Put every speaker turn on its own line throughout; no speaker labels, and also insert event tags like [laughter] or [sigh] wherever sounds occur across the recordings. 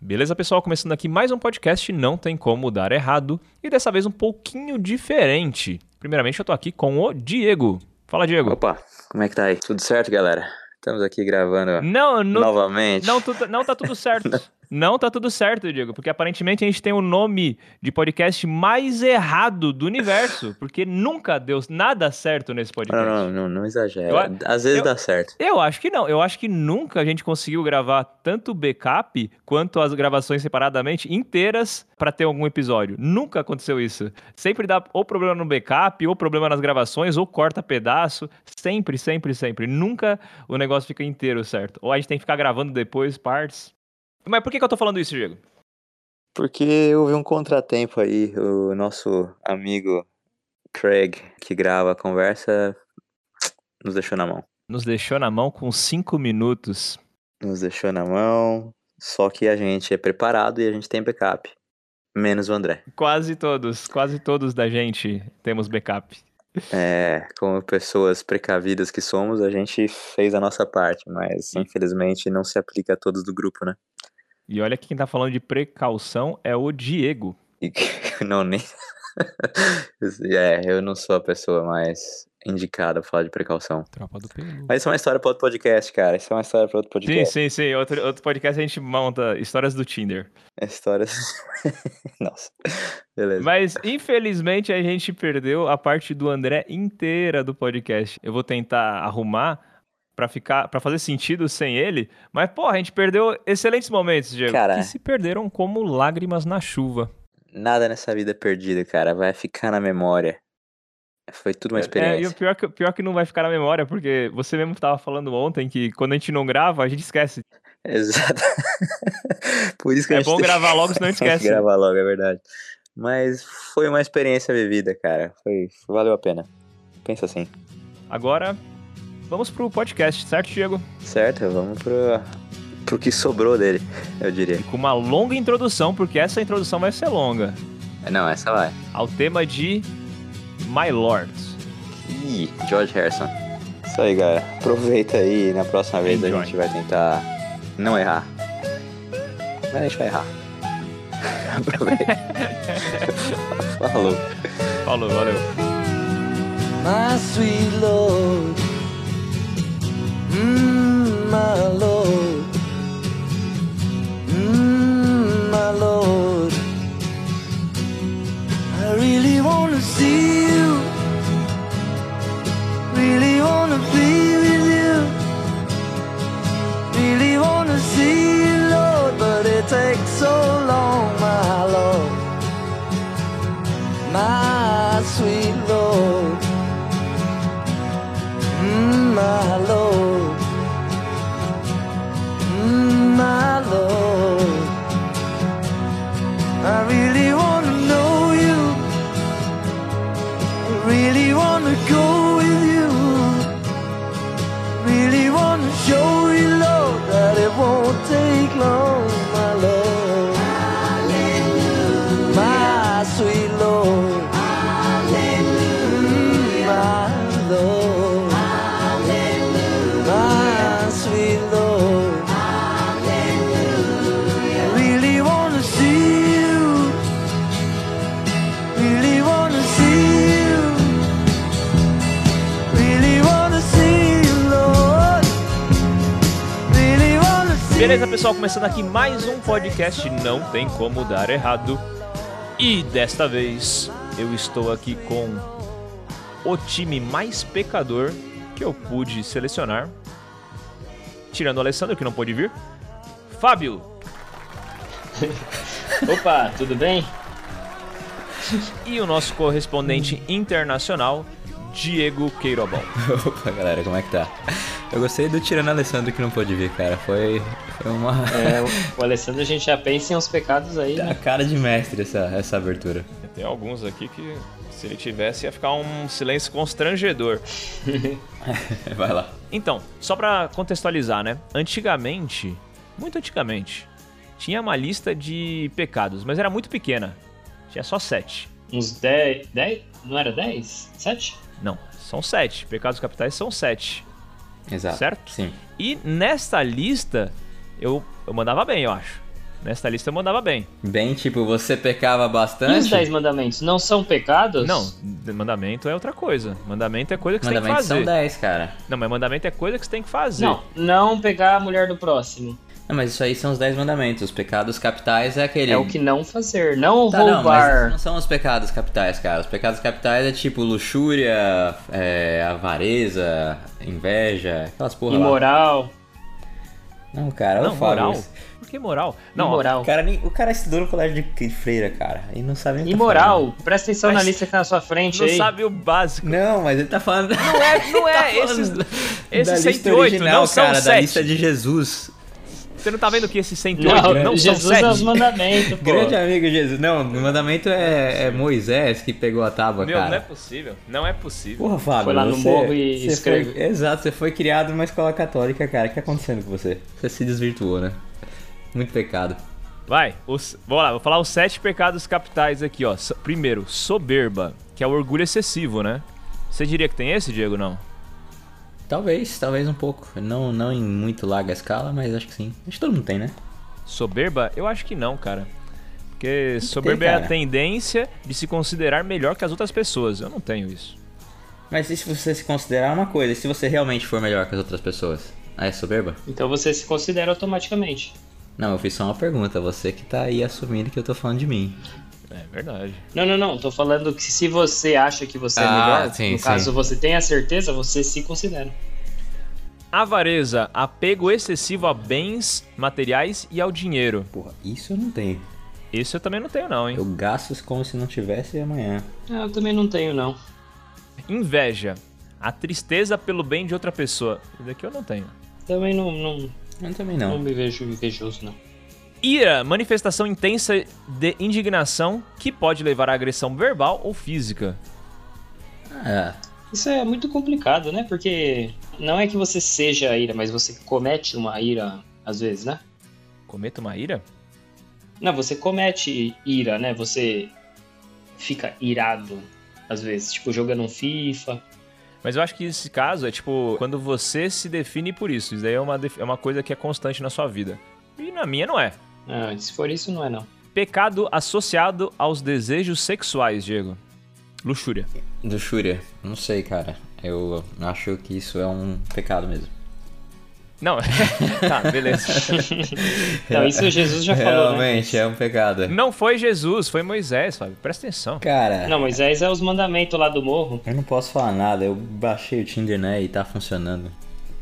Beleza, pessoal? Começando aqui mais um podcast Não Tem Como Dar Errado e dessa vez um pouquinho diferente. Primeiramente, eu tô aqui com o Diego. Fala, Diego.
Opa, como é que tá aí? Tudo certo, galera? Estamos aqui gravando
Não, não,
novamente.
não, tu- não tá tudo certo. não tá tudo certo, Diego, porque aparentemente a gente tem o nome de podcast mais errado do universo, porque nunca deu nada certo nesse
Não,
podcast.
não, não, não exagera.
Eu-
Às vezes
eu-
dá certo.
Eu acho que não. Eu acho que nunca a gente conseguiu gravar tanto backup quanto as gravações separadamente inteiras pra ter algum episódio. Nunca aconteceu isso. Sempre dá ou problema no backup, ou problema nas gravações, ou corta pedaço. Sempre, sempre, sempre. Nunca o negócio fica inteiro, certo? Ou a gente tem que ficar gravando depois partes. Mas por que, que eu tô falando isso, Diego?
Porque houve um contratempo aí, o nosso amigo Craig, que grava a conversa, nos deixou na mão.
Nos deixou na mão com cinco minutos.
Nos deixou na mão, só que a gente é preparado e a gente tem backup. Menos o André.
Quase todos, quase todos da gente temos backup.
É, como pessoas precavidas que somos, a gente fez a nossa parte, mas infelizmente não se aplica a todos do grupo, né?
E olha que quem tá falando de precaução é o Diego.
E que- [laughs] Não, nem. É, eu não sou a pessoa mais indicada pra falar de precaução.
Tropa do Pelo.
Mas isso é uma história pra outro podcast, cara. Isso é uma história pra outro
Sim,
podcast.
sim, sim. Outro, outro podcast a gente monta histórias do Tinder.
É história. [laughs] Nossa. Beleza.
Mas, infelizmente, a gente perdeu a parte do André inteira do podcast. Eu vou tentar arrumar pra ficar para fazer sentido sem ele. Mas, porra, a gente perdeu excelentes momentos, Diego.
Cara.
Que se perderam como lágrimas na chuva.
Nada nessa vida é perdido, cara. Vai ficar na memória. Foi tudo uma
É, e o
experiência. [laughs]
pior que, pior que não vai ficar na memória, porque você mesmo tava falando ontem que quando a gente não grava, a gente esquece.
Exato. Por isso que a
É
gente
bom
[laughs] tem-
gravar logo, senão a gente esquece.
gravar logo, é verdade. Mas foi uma experiência vivida, cara. Foi... Valeu a pena. Pensa assim.
Agora, vamos pro podcast, certo, Diego?
Certo, vamos pro, pro que sobrou dele, eu diria.
com uma longa introdução, porque essa introdução vai ser longa,
Não, essa vai.
ao tema de My Lord.
Ih, George Harrison. Isso aí, galera. Aproveita aí, na próxima vez a
Enjoy.
gente vai tentar não errar. Mas a gente vai errar. [laughs] Aproveita. Falou.
Falou, valeu.
my sweet Lord. Mm, my Lord. Mm, my Lord. I really wanna see you. Really wanna be with you. Really wanna see you, Lord, but it takes so long, my Lord. My sweet Lord. Mm, my Lord. Mm, my Lord. I really wanna know you. I really wanna go with you. Really wanna show you, Lord, that it won't take
[laughs]
long, my Lord. My sweet Lord. Mm, my Lord. My sweet Lord, I really wanna see you. Really wanna see you. Really wanna see you, Lord. Really wanna see
Beleza, pessoal, começando aqui mais um podcast Não Tem Como Dar Errado. E desta vez eu estou aqui com o time mais pecador que eu pude selecionar. Tirando o Alessandro, que não pôde vir. Fábio,
Opa, tudo bem?
e o nosso correspondente internacional, Diego Queirobal.
Opa, galera, como é que tá? Eu gostei do Tirando Alessandro que não pôde vir, cara. Foi, foi uma
É, [laughs] o- o Alessandro a gente já pensa em uns pecados
[laughs]
aí, né?
a cara de mestre essa, essa abertura.
Tem alguns aqui que, se ele tivesse, ia ficar um silêncio constrangedor.
Vai lá.
Então, só pra contextualizar, né? Antigamente, muito antigamente, tinha uma lista de pecados, mas era muito pequena. Tinha só sete.
Uns 10. 10? Não era 10? 7?
Não, são sete. Pecados capitais são sete.
Exato.
Certo?
Sim.
E nesta lista, eu, eu mandava bem, eu acho. Nesta lista eu mandava bem.
Bem, tipo, você pecava
E os
bastante.
10 mandamentos não são pecados?
Não, mandamento é outra coisa. Mandamento é coisa que você tem que
Mandamentos são
fazer.
10, cara.
Não, mas mandamento é coisa que você tem que fazer.
Não, não pegar a mulher do próximo.
Não, mas isso aí são os 10 mandamentos. Os pecados capitais é aquele.
É o que não fazer. Não
Tá, não, mas esses
roubar.
não são os pecados capitais, cara. Os pecados capitais é tipo luxúria, é, avareza, inveja, aquelas porra lá.
imoral.
Não, cara, eu
Não,
falo
moral.
isso.
Por que moral? Não, ó,
imoral.
O cara, nem- o cara estudou no colégio de de freira, cara, e não sabe nem o que tá
Imoral. Presta atenção na
Mas-
lista que tá na sua frente
não
aí.
sabe o básico.
falando. Não, mas ele tá falando... [laughs]
Não é, não
Tá
é.
falando
[laughs] esses
da-
esses
da
108
lista original,
não são
cara, da
É sete.
lista de Jesus.
Você não tá vendo que esses 108
Não,
não, são
Jesus é os
7?
[laughs]
mandamentos, pô.
Grande é. amigo Jesus. Não, o mandamento é, é Moisés que pegou a tábua,
Meu, não é
cara.
possível. Não é possível.
Porra, Fábio,
Foi lá no
você-
morro e
você
escreveu.
foi- Exato, você foi criado numa escola católica, cara. O que tá acontecendo com você? Você se desvirtuou, né? Muito pecado.
Vai, os, vamos lá, vou falar os sete pecados capitais aqui, ó. So- primeiro, soberba, que é o orgulho excessivo, né? Você diria que tem esse, Diego, não?
Talvez, talvez um pouco. Não, não em muito larga escala, mas acho que sim. Acho que todo mundo tem, né?
Soberba? Eu acho que não, cara. Porque soberba é a
cara.
tendência de se considerar melhor que as outras pessoas. Eu não tenho isso.
Mas e se você se considerar uma coisa? E se você realmente for melhor que as outras pessoas? Ah, é soberba?
Então você se considera automaticamente.
Não, eu fiz só uma pergunta. Você que tá aí assumindo que eu tô falando de mim.
É verdade.
Não, não, não. Tô falando que se você acha que você é
Ah,
melhor,
sim,
no
sim.
caso você tem a certeza, você se considera.
Avareza, apego excessivo a bens materiais e ao dinheiro.
Porra, isso eu não tenho.
Isso eu também não tenho, não, hein?
Eu gasto como se não tivesse amanhã.
Ah, eu também não tenho, não.
Inveja, a tristeza pelo bem de outra pessoa. Isso daqui eu não tenho.
Também não, não,
Eu também
não
não.
me vejo invejoso, não.
Ira, manifestação intensa de indignação que pode levar a agressão verbal ou física.
Ah,
Isso é muito complicado, né? Porque não é que você seja a ira, mas você comete uma ira, às vezes, né?
Cometa uma ira?
Não, você comete ira, né? Você fica irado, às vezes. Tipo, jogando um FIFA.
Mas eu acho que esse caso é tipo quando você se define por isso. Isso daí é uma, def- é uma coisa que é constante na sua vida. E na minha não é.
Ah, se for isso, não é, não.
Pecado associado aos desejos sexuais, Diego. Luxúria.
do Shúria. Não sei, cara. Eu acho que isso é um pecado mesmo.
Não, [laughs] tá, beleza.
Não, isso Jesus já falou, né?
Realmente, é um pecado.
Não foi Jesus, foi Moisés, Fábio. Presta atenção.
Cara...
Não, Moisés é os mandamentos lá do morro.
Eu não posso falar nada, eu baixei o Tinder, né, e tá funcionando.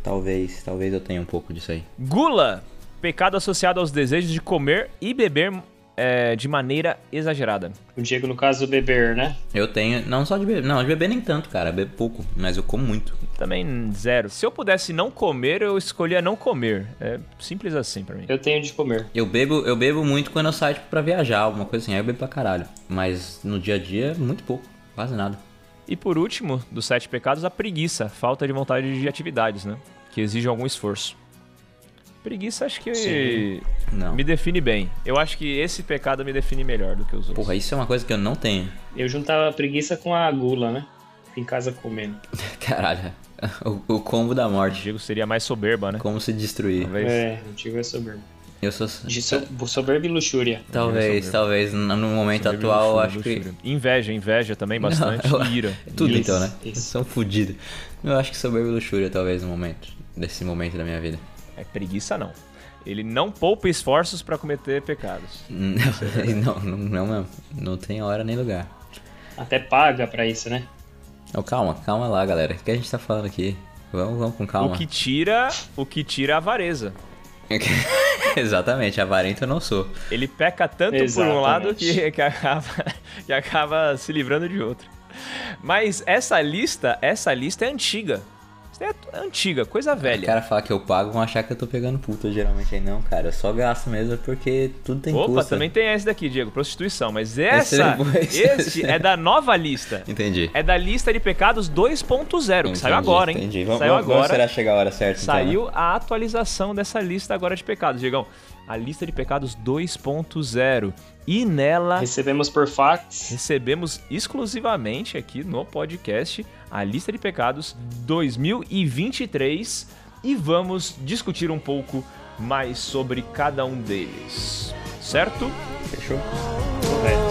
Talvez, talvez eu tenha um pouco disso aí.
Gula, pecado associado aos desejos de comer e beber é, de maneira exagerada.
O Diego, no caso, beber, né?
Eu tenho, não só de beber, não, de beber nem tanto, cara, eu bebo pouco, mas eu como muito.
Também zero. Se eu pudesse não comer, eu escolhia não comer. É simples assim pra mim.
Eu tenho de comer.
Eu bebo, eu bebo muito quando eu saio tipo, pra viajar, alguma coisa assim, aí eu bebo pra caralho. Mas no dia a dia, muito pouco, quase nada.
E por último, dos sete pecados, a preguiça, falta de vontade de atividades, né? Que exige algum esforço. Preguiça acho que
Sim.
Não.
me define bem. Eu acho que esse pecado me define melhor do que os outros.
Porra, isso é uma coisa que eu não tenho. [laughs]
Eu juntava a preguiça com a gula, né? Em casa comendo.
Caralho, o, o combo da
O
morte.
Diego seria mais soberba, né?
Como se destruir.
Talvez.
É, o Diego é soberbo.
Eu sou...
De so- Soberbo e luxúria.
Talvez, talvez, no momento
Soberba e
atual,
luxúria,
acho que...
luxúria. Inveja, inveja também bastante.
Não, eu-
E ira.
Tudo
Isso,
então, né?
isso.
São fodidos. Eu acho que soberba e luxúria, talvez, no momento. Desse momento da minha vida. [laughs]
É preguiça não. Ele não poupa esforços pra cometer pecados.
Não, não, não, mesmo. Não tem hora nem lugar.
Até paga pra isso, né?
Não, calma, calma lá, galera. O que a gente tá falando aqui? Vamos, vamos com calma.
O que tira, o que tira é a avareza.
[laughs] Exatamente, avarento eu não sou.
Ele peca tanto por um
Exatamente.
lado que, que acaba, [laughs] que acaba se livrando de outro. Mas essa lista, essa lista é antiga. Isso daí é antiga, coisa
O
velha.
cara fala que eu pago, vão achar que eu tô pegando puta geralmente aí. Não, cara, eu só gasto mesmo porque tudo tem
Opa,
custo.
também tem esse daqui, Diego, prostituição. Mas
Esse é
essa,
depois.
este é da nova
[laughs]
lista.
Entendi.
É da lista de pecados 2.0, que saiu
Entendi,
agora, hein?
Entendi. Vamos,
saiu
vamos,
agora.
vamos esperar chegar a hora certa. então, né?
Saiu a atualização dessa lista agora de pecados, Diegão. A lista de pecados 2.0. E nela
Recebemos por fax.
recebemos exclusivamente aqui no podcast a lista de pecados 2023 e vamos discutir um pouco mais sobre cada um deles. certo?
Fechou?
Correto.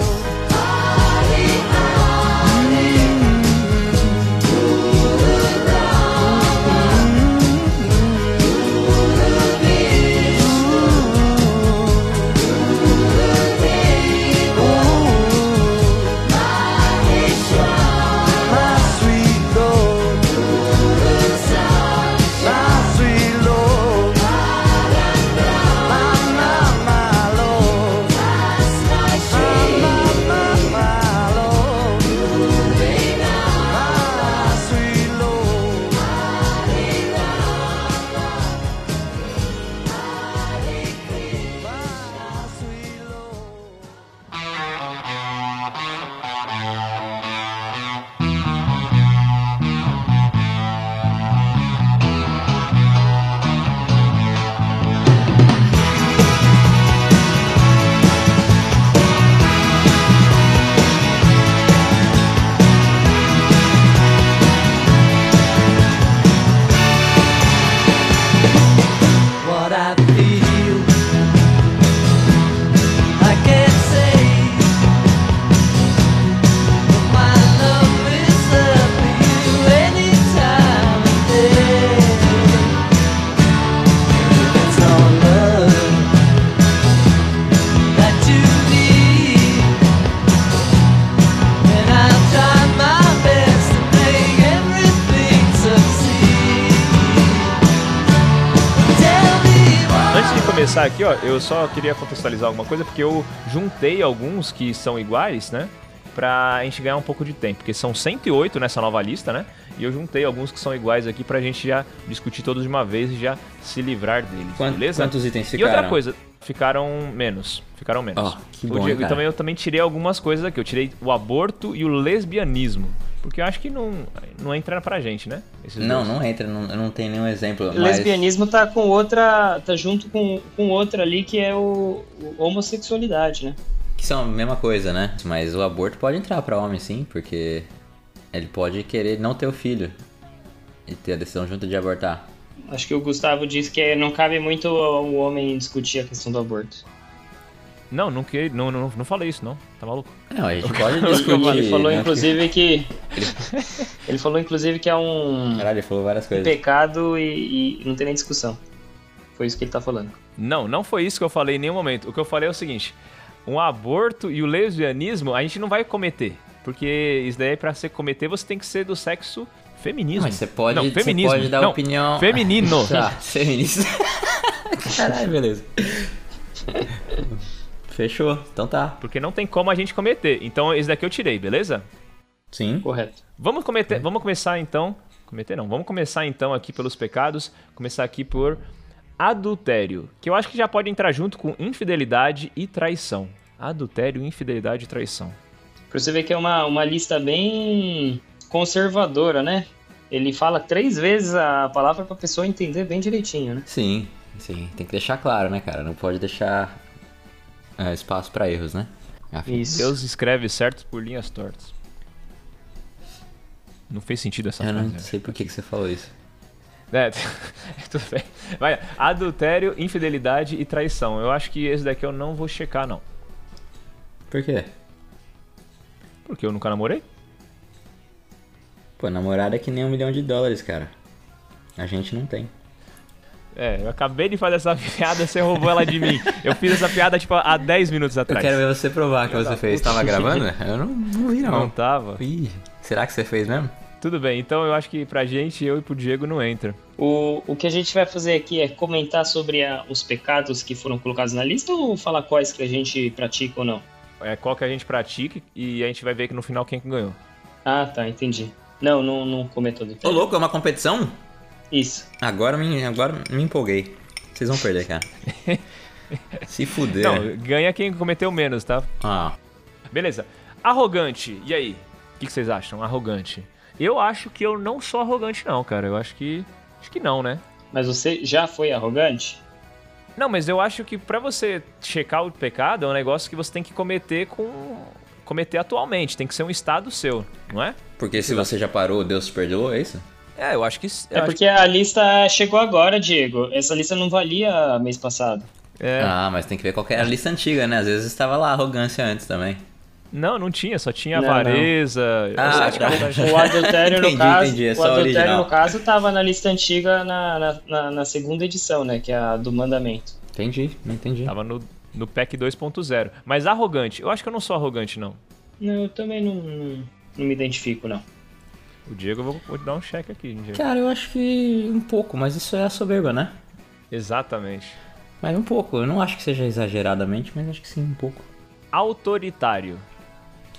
My sweet Lord, my sweet Lord, my my my Lord, my my my Lord, my sweet Lord. My sweet Lord. what I feel. I can't say, but my love is there for you any time of day. It's all love that you need, and I try my best to make everything succeed. Tell me why.
Antes de começar aqui, ó, eu só queria contextualizar alguma coisa, porque eu juntei alguns que são iguais, né? Pra gente ganhar um pouco de tempo, porque são 108 nessa nova lista, né? E eu juntei alguns que são iguais aqui pra gente já discutir todos de uma vez e já se livrar deles,
Quant-
beleza?
Quantos itens
E
ficaram?
outra coisa, ficaram menos. Ficaram menos.
Ó, que
O
bom,
Diego- e
cara.
também, eu também tirei algumas coisas aqui. Eu tirei o aborto e o lesbianismo. Porque eu acho que não, não entra pra gente, né? Esses
Não,
dois.
não entra, não, não tem nenhum exemplo. mas-
Lesbianismo tá com outra. tá junto com, com outra ali que é o, o homossexualidade, né?
Que são a mesma coisa, né? Mas o aborto pode entrar pra homem, sim, porque ele pode querer não ter o filho e ter a decisão junto de abortar.
Acho que o Gustavo disse que é, não cabe muito ao homem discutir a questão do
[laughs]
aborto.
Não, não, que- não, não, não falei isso, não. Tá maluco?
Não, a gente pode
Ele,
discutir.
falou,
né?
inclusive, que. [laughs] ele falou, inclusive, que é um
Caralho, ele falou várias coisas.
pecado e, e não tem nem discussão. Foi isso que ele tá falando.
Não, não foi isso que eu falei em nenhum momento. O que eu falei é o seguinte: um aborto e o lesbianismo a gente não vai cometer. Porque isso daí, é pra você cometer, você tem que ser do sexo feminino.
Mas você pode,
não,
você
feminismo.
pode dar
não,
opinião. [laughs]
Feminino.
Tá, feminista. [laughs] Caralho, beleza. Fechou, então tá.
Porque não tem como a gente cometer. Então, esse daqui eu tirei, beleza?
Sim.
Correto.
Vamos,
É.
cometer, vamos começar então. Cometer não. Vamos começar então aqui pelos pecados. Começar aqui por adultério, que eu acho que já pode entrar junto com infidelidade e traição. Adultério, infidelidade e traição.
Pra você ver que é uma, uma lista bem conservadora, né? Ele fala três vezes a palavra pra pessoa entender bem direitinho, né?
Sim, sim. Tem que deixar claro, né, cara? Não pode deixar é, espaço pra erros, né? Afinal,
Isso.
Deus escreve certos por linhas tortas. Não fez sentido essa
Eu
frase.
não sei por que, que você falou isso.
né? É, [laughs] tudo bem. Vai, adultério, infidelidade e traição. Eu acho que esse daqui eu não vou checar, não.
Por quê?
Porque eu nunca namorei.
Pô, namorada é que nem um milhão de dólares, cara. A gente não tem.
É, eu acabei de fazer essa [laughs] piada, você roubou ela de mim. Eu fiz essa piada, tipo, há 10 minutos
Eu
atrás.
quero ver você provar que você fez. Tava [laughs] gravando? Eu não, não vi,
Não
não.
tava.
Ih, será que você fez mesmo?
Tudo bem, então eu acho que pra gente, eu e pro Diego não entra.
O, o que a gente vai fazer aqui é comentar sobre a- os pecados que foram colocados na lista ou falar quais que a gente pratica ou não?
É qual que a gente pratica e a gente vai ver que no final quem que ganhou.
Ah, tá, entendi. Não, não, não comenta do
Ô, louco, é uma competição?
Isso.
Agora me, agora me empolguei. Vocês vão perder, cara. Se fuder.
Não, ganha quem cometeu menos, tá?
Ah,
Beleza. Arrogante, e aí? O que, que vocês acham? Arrogante. Eu acho que eu não sou arrogante, não, cara. Eu acho que. Acho que não, né?
Mas você já foi arrogante?
Não, mas eu acho que pra você checar o pecado é um negócio que você tem que cometer com. cometer atualmente. Tem que ser um estado seu, não é?
porque se você já parou, Deus te perdoou, é isso?
É, eu acho que.
É porque a lista chegou agora, Diego. Essa lista não valia mês passado.
É.
Ah, mas tem que ver qual que era a lista antiga, né? Às vezes estava lá a arrogância antes também.
Não, não tinha, só tinha
Não, não.
avareza.
Ah,
sete
tá.
caras-
O adultério, no
[laughs] Entendi,
caso,
entendi, é
o
só
adultério,
original.
no caso, tava na lista antiga na, na, na- na segunda edição, né? Que é a do mandamento.
Entendi, não entendi.
Tava no, no PEC 2.0. Mas arrogante, eu acho que eu não sou arrogante, não.
Não, eu também não, não, não me identifico, não.
O Diego, eu vou, vou dar um check aqui, hein, Diego.
Cara, eu acho que um pouco, mas isso é a soberba, né?
Exatamente.
Mas um pouco, eu não acho que seja exageradamente, mas acho que sim, um pouco.
Autoritário.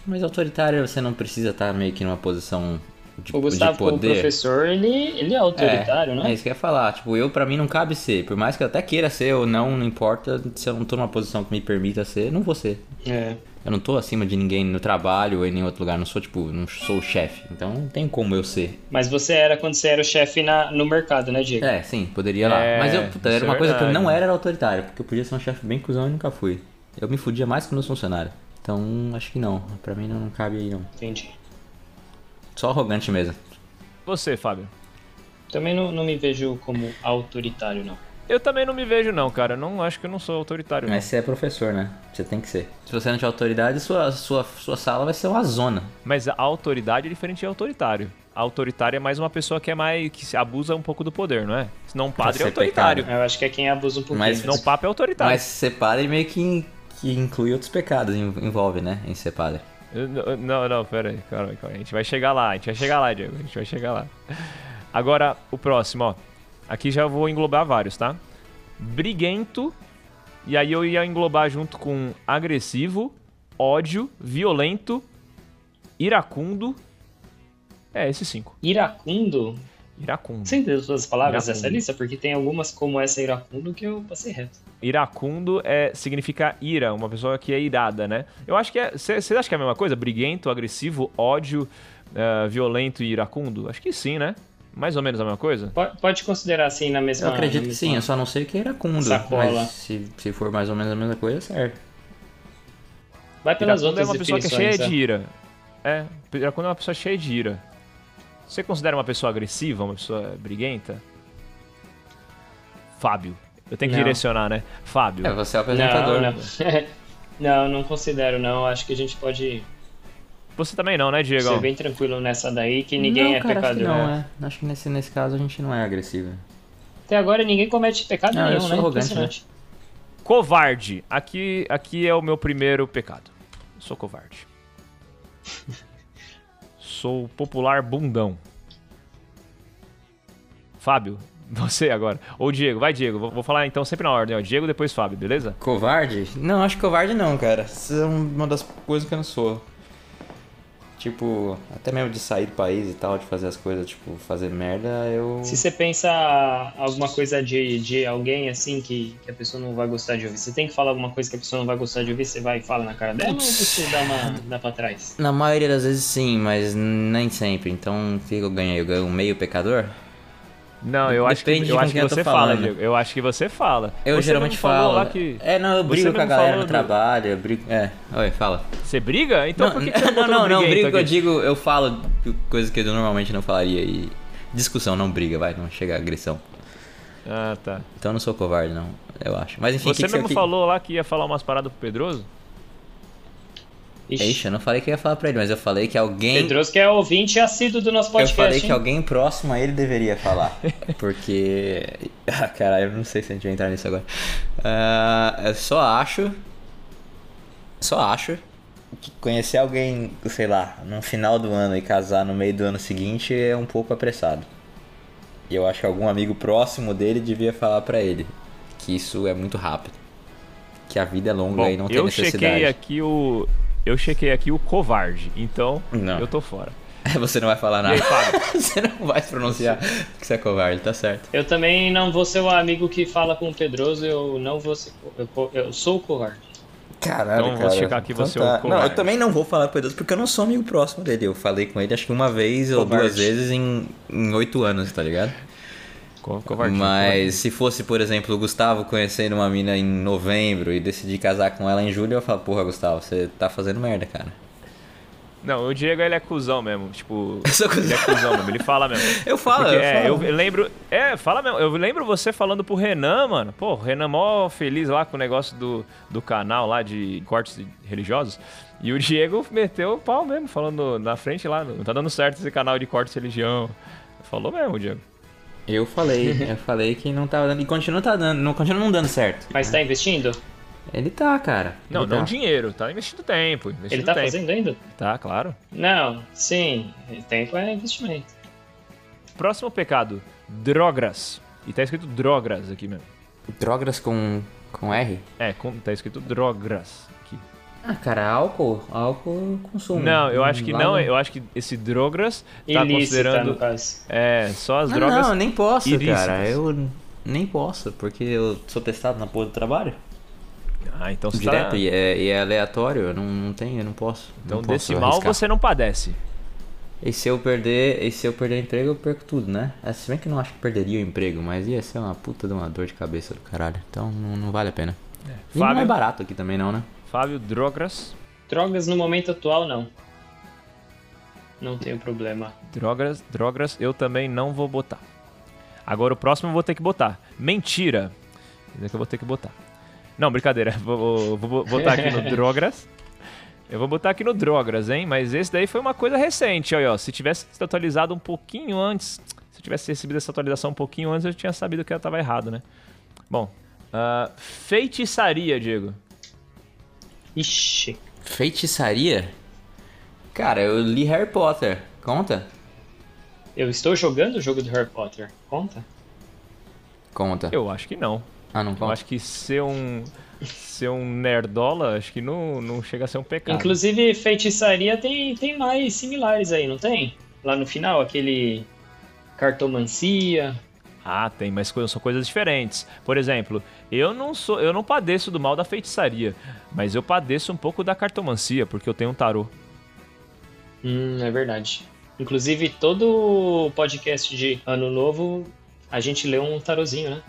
Mas autoritário você não precisa estar meio que numa posição de,
O
de
Gustavo, o
poder.
professor, ele, ele é autoritário,
é,
né?
É isso que eu ia falar. Tipo, eu pra mim não cabe ser. Por mais que eu até queira ser ou não, não importa. Se eu não tô numa posição que me permita ser, não vou ser.
É.
Eu não tô acima de ninguém no trabalho ou em nenhum outro lugar. Não sou, tipo, não sou o chefe. Então não tem como eu ser.
Mas você era quando você era o chefe na, no mercado, né, Diego?
É, sim, poderia lá.
É,
Mas eu, puta,
isso
era
é
uma coisa que eu
verdade.
não era, era autoritário. Porque eu podia ser um chefe bem cuzão e nunca fui. Eu me fudia mais que meus funcionários. Então, acho que não. Pra mim não, não cabe aí, não.
Entendi.
Só arrogante mesmo.
Você, Fábio.
Também não, não me vejo como autoritário, não.
Eu também não me vejo, não, cara. Eu não acho que eu não sou autoritário. não.
Mas você é professor, né? Você tem que ser. Se você não tiver autoridade, sua, sua, sua sala vai ser uma zona.
Mas a autoridade é diferente de autoritário. Autoritário é mais uma pessoa que é mais. que se abusa um pouco do poder, não é? Senão um padre é
ser
autoritário.
Eu acho que é quem abusa um pouquinho.
Mas
Senão um papa é
Tá.
autoritário.
Mas ser padre meio que, in- que inclui outros pecados, en- envolve, né? Em ser padre.
Eu- eu- Não, não, pera aí, calma aí, calma aí. A gente vai chegar lá, a gente vai chegar lá, Diego. A gente vai chegar lá. Agora, o próximo, ó. Aqui já vou englobar vários, tá? Briguento. E aí eu ia englobar junto com agressivo, ódio, violento, iracundo. É, esses cinco.
Iracundo?
Iracundo.
Você entendeu todas as palavras
Iracundo.
dessa lista? Porque tem algumas como essa iracundo que eu passei reto.
Iracundo é, significa ira, uma pessoa que é irada, né? Eu acho que é. Vocês acham que é a mesma coisa? Briguento, agressivo, ódio, eh, violento e iracundo? Acho que sim, né? Mais ou menos a mesma coisa?
Po- Pode, considerar assim na
Eu
mesma.
acredito
na
que sim, eu
mesma-
só não sei o que era cundo.
Sacola.
Mas se, se for mais ou menos a mesma coisa, serve.
Vai pelas
iracundo é
outras
uma pessoa que é
definições. né?
cheia de ira. É, iracundo é uma pessoa cheia de ira. Você considera uma pessoa agressiva, uma pessoa briguenta? Fábio. Eu tenho que
Não.
direcionar, né? Fábio.
É, você é o apresentador.
Não, não. [laughs] não, não considero, não. Acho que a gente pode
Você também não, né, Diego?
ser bem tranquilo nessa daí, que ninguém
Não,
é
cara, acho que
pecador.
não, é. Acho que nesse, nesse caso a gente não é agressivo.
Até agora ninguém comete pecado
Não, eu
nenhum,
sou
né?
arrogante,
Impressionante.
Covarde. Aqui, aqui é o meu primeiro pecado. Sou [laughs] covarde. Sou popular bundão. Fábio, você agora. Ou Diego, vai Diego. Vou, vou falar então sempre na ordem. Ó. Diego, depois Fábio, beleza?
Covarde? Não, acho que covarde não, cara. Isso é uma das coisas que eu não sou. Tipo, até mesmo de sair do país e tal, de fazer as coisas, tipo, fazer merda, eu.
Se você pensa alguma coisa de, de alguém assim que, que a pessoa não vai gostar de ouvir, você tem que falar alguma coisa que a pessoa não vai gostar de ouvir, você vai e fala na cara dela ou você dá uma dá pra trás?
Na maioria das vezes sim, mas nem sempre. Então, o que eu ganhei? Eu ganho um meio pecador?
Não, eu acho que,
Depende de
eu
com
acho
quem
é que
eu tô
você fala,
falando.
Diego. Eu acho que você fala.
Eu
Você
geralmente
mesmo falou
falo.
lá que-
É, não, eu
Você
brigo com a
mesmo
galera
falou
no
do-
trabalho, eu brigo. É, oi, fala.
Você briga? Então
não,
por que,
[laughs]
que você então botou
não, não,
no
não,
briguento
brigo que eu
aqui?
digo, eu falo coisa que eu normalmente não falaria e. Discussão, não briga, vai, não chega a agressão.
Ah, tá.
Então eu não sou covarde, não, eu acho. Mas enfim,
Você
que que
mesmo
que-
falou lá que ia falar umas paradas pro Pedroso?
Ixi, eu não falei que eu ia falar pra ele, mas eu falei que alguém.
Pedroso que é ouvinte e assíduo do nosso
eu
podcast.
falei que
hein?
alguém próximo a ele deveria
[laughs]
falar. Porque. [laughs] Ah, caralho, eu não sei se a gente vai entrar nisso agora. Ah, eu só acho. Só acho. Que conhecer alguém, sei lá, no final do ano e casar no meio do ano seguinte é um pouco apressado. E eu acho que algum amigo próximo dele devia falar pra ele que isso é muito rápido. Que a vida é longa
Bom,
e não tem
eu
necessidade.
chequei aqui o. Eu chequei aqui o covarde. Então,
Não.
eu tô fora.
[laughs] Você não vai falar
E aí, Fábio?
nada. [laughs] Você não vai se pronunciar que você é covarde, tá certo.
Eu também não vou ser o amigo que fala com o Pedroso, eu não vou ser. co- Eu, co- eu sou o covarde.
Caralho, tá.
Então eu vou checar aqui, você é um
Não,
covarde.
eu também não vou falar com o Pedroso, porque eu não sou amigo próximo dele. Eu falei com ele acho que uma vez ou
Covarde.
duas vezes em em oito anos, tá ligado?
Co- Covarde.
Mas se fosse, por exemplo, o Gustavo conhecendo uma mina em novembro e decidir casar com ela em julho, eu falo, porra, Gustavo, você tá fazendo merda, cara.
Não, o Diego ele é cuzão mesmo. Tipo,
Eu sou
ele é
cuzão.
cuzão mesmo, ele fala mesmo.
[laughs] Eu falo,
Porque,
eu
é,
falo.
eu lembro. É, fala mesmo. Eu lembro você falando pro Renan, mano. Pô, o Renan é mó feliz lá com o negócio do, do canal lá de cortes religiosos. E o Diego meteu o pau mesmo, falando na frente lá. Não tá dando certo esse canal de cortes religião. Falou mesmo, Diego.
Eu falei, eu falei que não tava dando. E continua tá dando, não continua não dando certo.
É.
Mas tá investindo?
Ele tá, cara.
Não,
Ele
não
tá.
dinheiro. Tá investindo tempo. Investindo
Ele tá
tempo.
fazendo ainda?
Tá, claro.
Não, sim. Tempo é investimento.
Próximo pecado: drogas. E tá escrito drogas aqui mesmo.
Drogas com, com R?
É, com- tá escrito drogas aqui.
Ah, cara, álcool. Álcool consumo.
Não, eu acho que
Hum, Lá
não.
no-
Eu acho que esse drogas tá
Ilícita,
considerando.
no caso.
É, só as
Ah,
drogas.
Não, eu nem posso, cara.
ilícitas.
Eu nem posso, porque eu sou testado na porra do trabalho.
Ah, então você
Direto,
tá...
e, é, e é aleatório, eu não, não tenho, eu não posso.
Então
não posso
desse mal
arriscar.
você não padece.
E se eu perder, e se eu perder o emprego, eu perco tudo, né? É, Se bem que eu não acho que perderia o emprego, mas ia ser uma puta de uma dor de cabeça do caralho. Então não, não vale a pena. E não é
Fábio?
barato aqui também não, né?
Fábio Drogas.
Drogas no momento atual, não. Não tenho problema.
Drogas, drogas, eu também não vou botar. Agora o próximo eu vou ter que botar. Mentira. Esse aqui eu vou ter que botar. Não, brincadeira. Vou, vou- vou botar aqui no Drogas. Eu vou botar aqui no Drogas, hein? Mas esse daí foi uma coisa recente, olha, ó. Se tivesse sido atualizado um pouquinho antes. Se eu tivesse recebido essa atualização um pouquinho antes, eu tinha sabido que ela tava errado, né? Bom. ah, feitiçaria, Diego.
Ixi.
Feitiçaria? Cara, eu li Harry Potter. Conta?
Eu estou jogando o jogo do Harry Potter. Conta?
Conta.
Eu acho que não.
Ah, não
Eu
conta.
acho que ser um. Ser um nerdola, acho que não, não chega a ser um pecado.
Inclusive, feitiçaria tem, tem mais similares aí, não tem? Lá no final, aquele. Cartomancia.
Ah, tem, mas co- são coisas diferentes. Por exemplo, eu não sou. Eu não padeço do mal da feitiçaria, mas eu padeço um pouco da cartomancia, porque eu tenho um tarô.
Hum, é verdade. Inclusive, todo podcast de Ano Novo, a gente leu um tarozinho, né?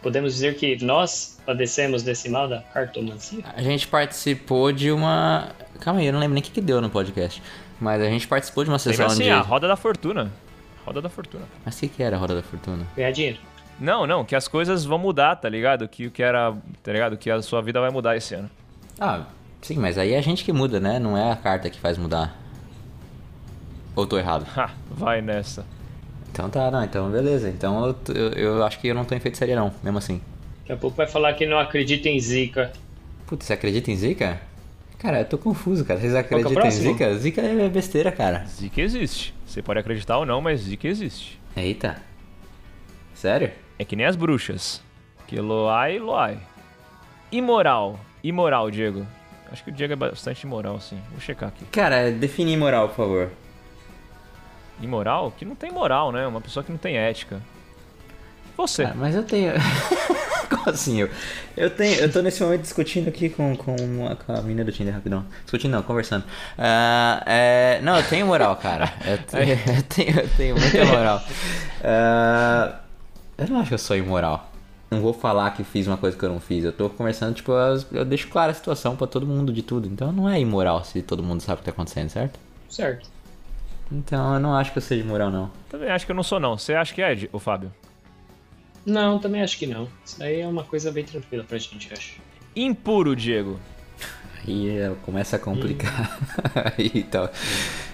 Podemos dizer que nós padecemos desse mal da cartomancia?
A gente participou de uma. Calma aí, eu não lembro nem o que, que deu no podcast. Mas a gente participou de uma
Lembra
sessão
assim,
de.
a roda da fortuna. Roda da fortuna.
Mas o que, que era a Roda da Fortuna?
Ganhar dinheiro.
Não, não, que as coisas vão mudar, tá ligado? Que o que era. Tá ligado? Que a sua vida vai mudar esse ano.
Ah, sim, mas aí é a gente que muda, né? Não é a carta que faz mudar. Ou tô errado?
Ha, vai nessa.
Então tá, não, então beleza. Então eu, t- eu, eu acho que eu não tô em feitiçaria não, mesmo assim.
Daqui a pouco vai falar que não acredita em zica.
Putz, você acredita em Zika? Cara, eu tô confuso, cara. Vocês
é o
acreditam em
próximo?
Zika? Zika é besteira, cara.
Zika existe. Você pode acreditar ou não, mas Zika existe.
Eita. Sério?
É que nem as bruxas. Que loai, loai. Imoral. Imoral, Diego. Acho que o Diego é bastante imoral, assim. Vou checar aqui.
Cara, define moral, por favor.
Imoral? Que não tem moral, né? Uma pessoa que não tem ética. Você.
Ah, mas eu tenho. [laughs] Como assim? Eu, eu tenho. Eu tô nesse momento discutindo aqui com, com, uma- com a menina do Tinder rapidão. Discutindo não, conversando. Ah, é, não, eu tenho moral, cara. Eu [laughs] tenho, eu tenho, eu tenho muita moral. Ah, eu não acho que eu sou imoral. Não vou falar que fiz uma coisa que eu não fiz. Eu tô conversando, tipo, eu, eu deixo clara a situação pra todo mundo de tudo. Então não é imoral se todo mundo sabe o que tá acontecendo, certo?
Certo.
Então eu não acho que eu seja imoral, não.
Também acho que eu não sou, não. Você acha que é, Di- ô Fábio?
Não, também acho que não. Isso daí é uma coisa bem tranquila pra gente, eu acho.
Impuro, Diego.
Aí eh, começa a complicar. [laughs] Aí então.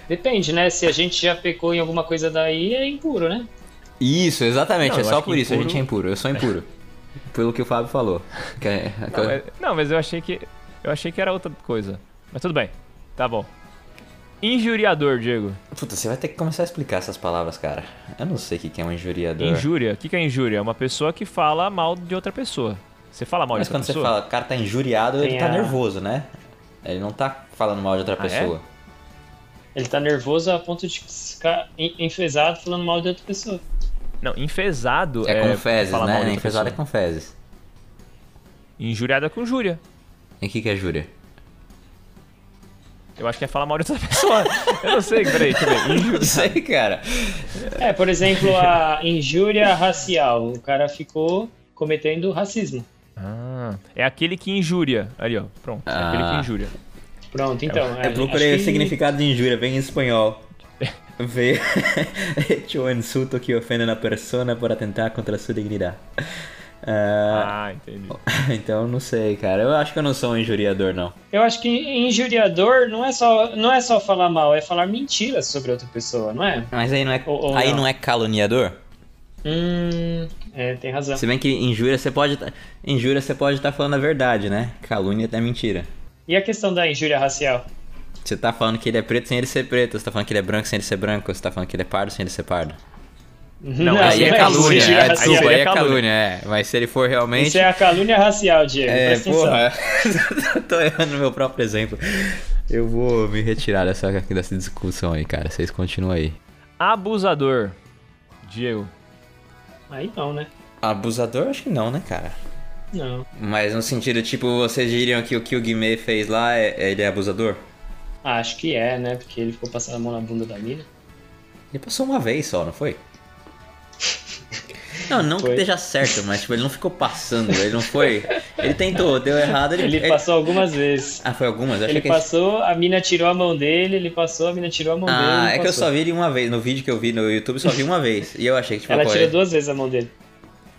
Depende, né? Se a gente já pecou em alguma coisa daí, é impuro, né?
Isso, exatamente.
Não,
é
eu
só
acho que
por isso. A
impuro-
gente é impuro. Eu
[laughs]
sou impuro. Pelo que o Fábio falou. Que é- que
Não,
eu-
mas, não, mas eu achei que. Eu achei que era outra coisa. Mas tudo bem. Tá bom. Injuriador, Diego.
Puta, você vai ter que começar a explicar essas palavras, cara. Eu não sei o que que é um injuriador.
Injúria. O que, que é injúria? É uma pessoa que fala mal de outra pessoa. Você fala mal
Mas
de outra
quando você
pessoa?
fala, o cara tá injuriado, ele
Tem
tá
a-
nervoso, né? Ele não tá falando mal de outra
Ah, é?
pessoa.
Ele tá nervoso a ponto de ficar en- enfesado falando mal de outra pessoa.
Não, enfesado
É,
é.
com fezes,
falar mal de
né?
outra
Enfesado é
pessoa.
com fezes.
Injuriado é com júria.
E o que, que é júria? [laughs]
Eu acho que é falar mal de outra [laughs] pessoa. Eu não sei, peraí, deixa eu ver. Inju-
[laughs] Não sei, cara.
É, por exemplo, a injúria racial. O cara ficou cometendo racismo.
Ah, é aquele que injúria. Ali, ó, pronto. É aquele
Ah.
que injúria.
Pronto, então.
É,
Eu procurei o significado de injúria, vem
[laughs]
em espanhol. Vê [laughs] hecho o insulto que ofende a persona por atentar contra sua dignidade. Ah,
Ah, entendi.
[laughs] Então não sei, cara. Eu acho que eu não sou um injuriador, não.
Eu acho que injuriador não é só não é só falar mal, é falar mentiras sobre outra pessoa, não é?
Mas aí não é,
Ou- ou
aí
não.
não. é caluniador?
Hum, é, tem razão.
Se bem que injúria você pode tá- injúria você pode estar falando a verdade, né? Calúnia é mentira.
E a questão da injúria racial?
Você tá falando que ele é preto sem ele ser preto, você tá falando que ele é branco sem ele ser branco, você tá falando que ele é pardo sem ele ser pardo.
[laughs] Não,
aí é
não
calúnia,
injúria
é,
racial.
desculpa, aí é
calúnia.
calúnia, é. Mas se ele for realmente.
Isso é a calúnia racial, Diego.
É,
presta atenção.
porra. [laughs] Tô errando meu próprio exemplo. Eu vou me retirar dessa, dessa discussão aí, cara. Vocês continuam aí.
Abusador. Diego.
Aí não, né?
Abusador? Acho que não, né, cara?
Não.
Mas no sentido, tipo, vocês diriam que o que o Guimê fez lá, é, é- ele é abusador?
Acho que é, né? Porque ele ficou passando a mão na bunda da mina.
Ele passou uma vez só, não foi? Não, não que
Foi.
esteja certo, mas tipo, ele não ficou passando, ele não foi. Ele tentou, deu errado, ele.
Ele passou algumas vezes.
Ah, foi algumas? Eu achei
Ele
que
passou, a mina tirou a mão dele, ele passou, a mina tirou a mão dele.
Ah,
ele
é que eu
passou.
só vi ele uma vez. No vídeo que eu vi no YouTube, só vi uma vez. E eu achei que, tipo,
Ela
pô,
tirou
ele-
duas vezes a mão dele.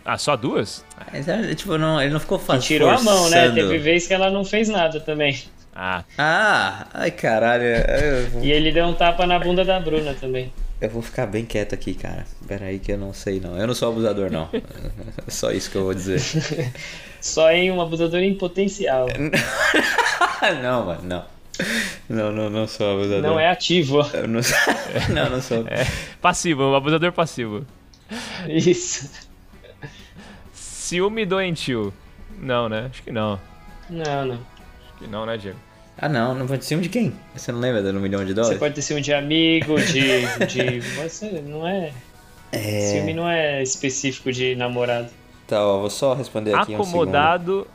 Ah, só duas?
Mas, é, tipo, não, ele não ficou fazendo.
Tirou a mão, né? Teve vez que ela não fez nada também.
Ah,
Ah, ai caralho. Eu vou,
E ele deu um tapa na bunda da Bruna também.
eu vou ficar bem quieto aqui, cara. Pera aí que eu não sei, não. Eu não sou abusador, não. [laughs] É só isso que eu vou dizer.
Só em um abusador em potencial.
É, Ah, não, mano, não. Não, não, não sou abusador.
Não é ativo. [laughs]
Eu não, sou- [laughs] É. não, não [laughs] sou.
passivo, um abusador passivo.
Isso.
Ciúme doentio. Não, né? Acho que não.
Não, não.
Acho que não, né, Diego?
Ah, não, não vou de cima de quem? Você não lembra do um milhão de
Você
dólares?
pode ter ciúme de amigo, de. de... Você não é. Ciúme não é específico de namorado.
Tá, ó, vou só responder aqui um
Acomodado,
segundo.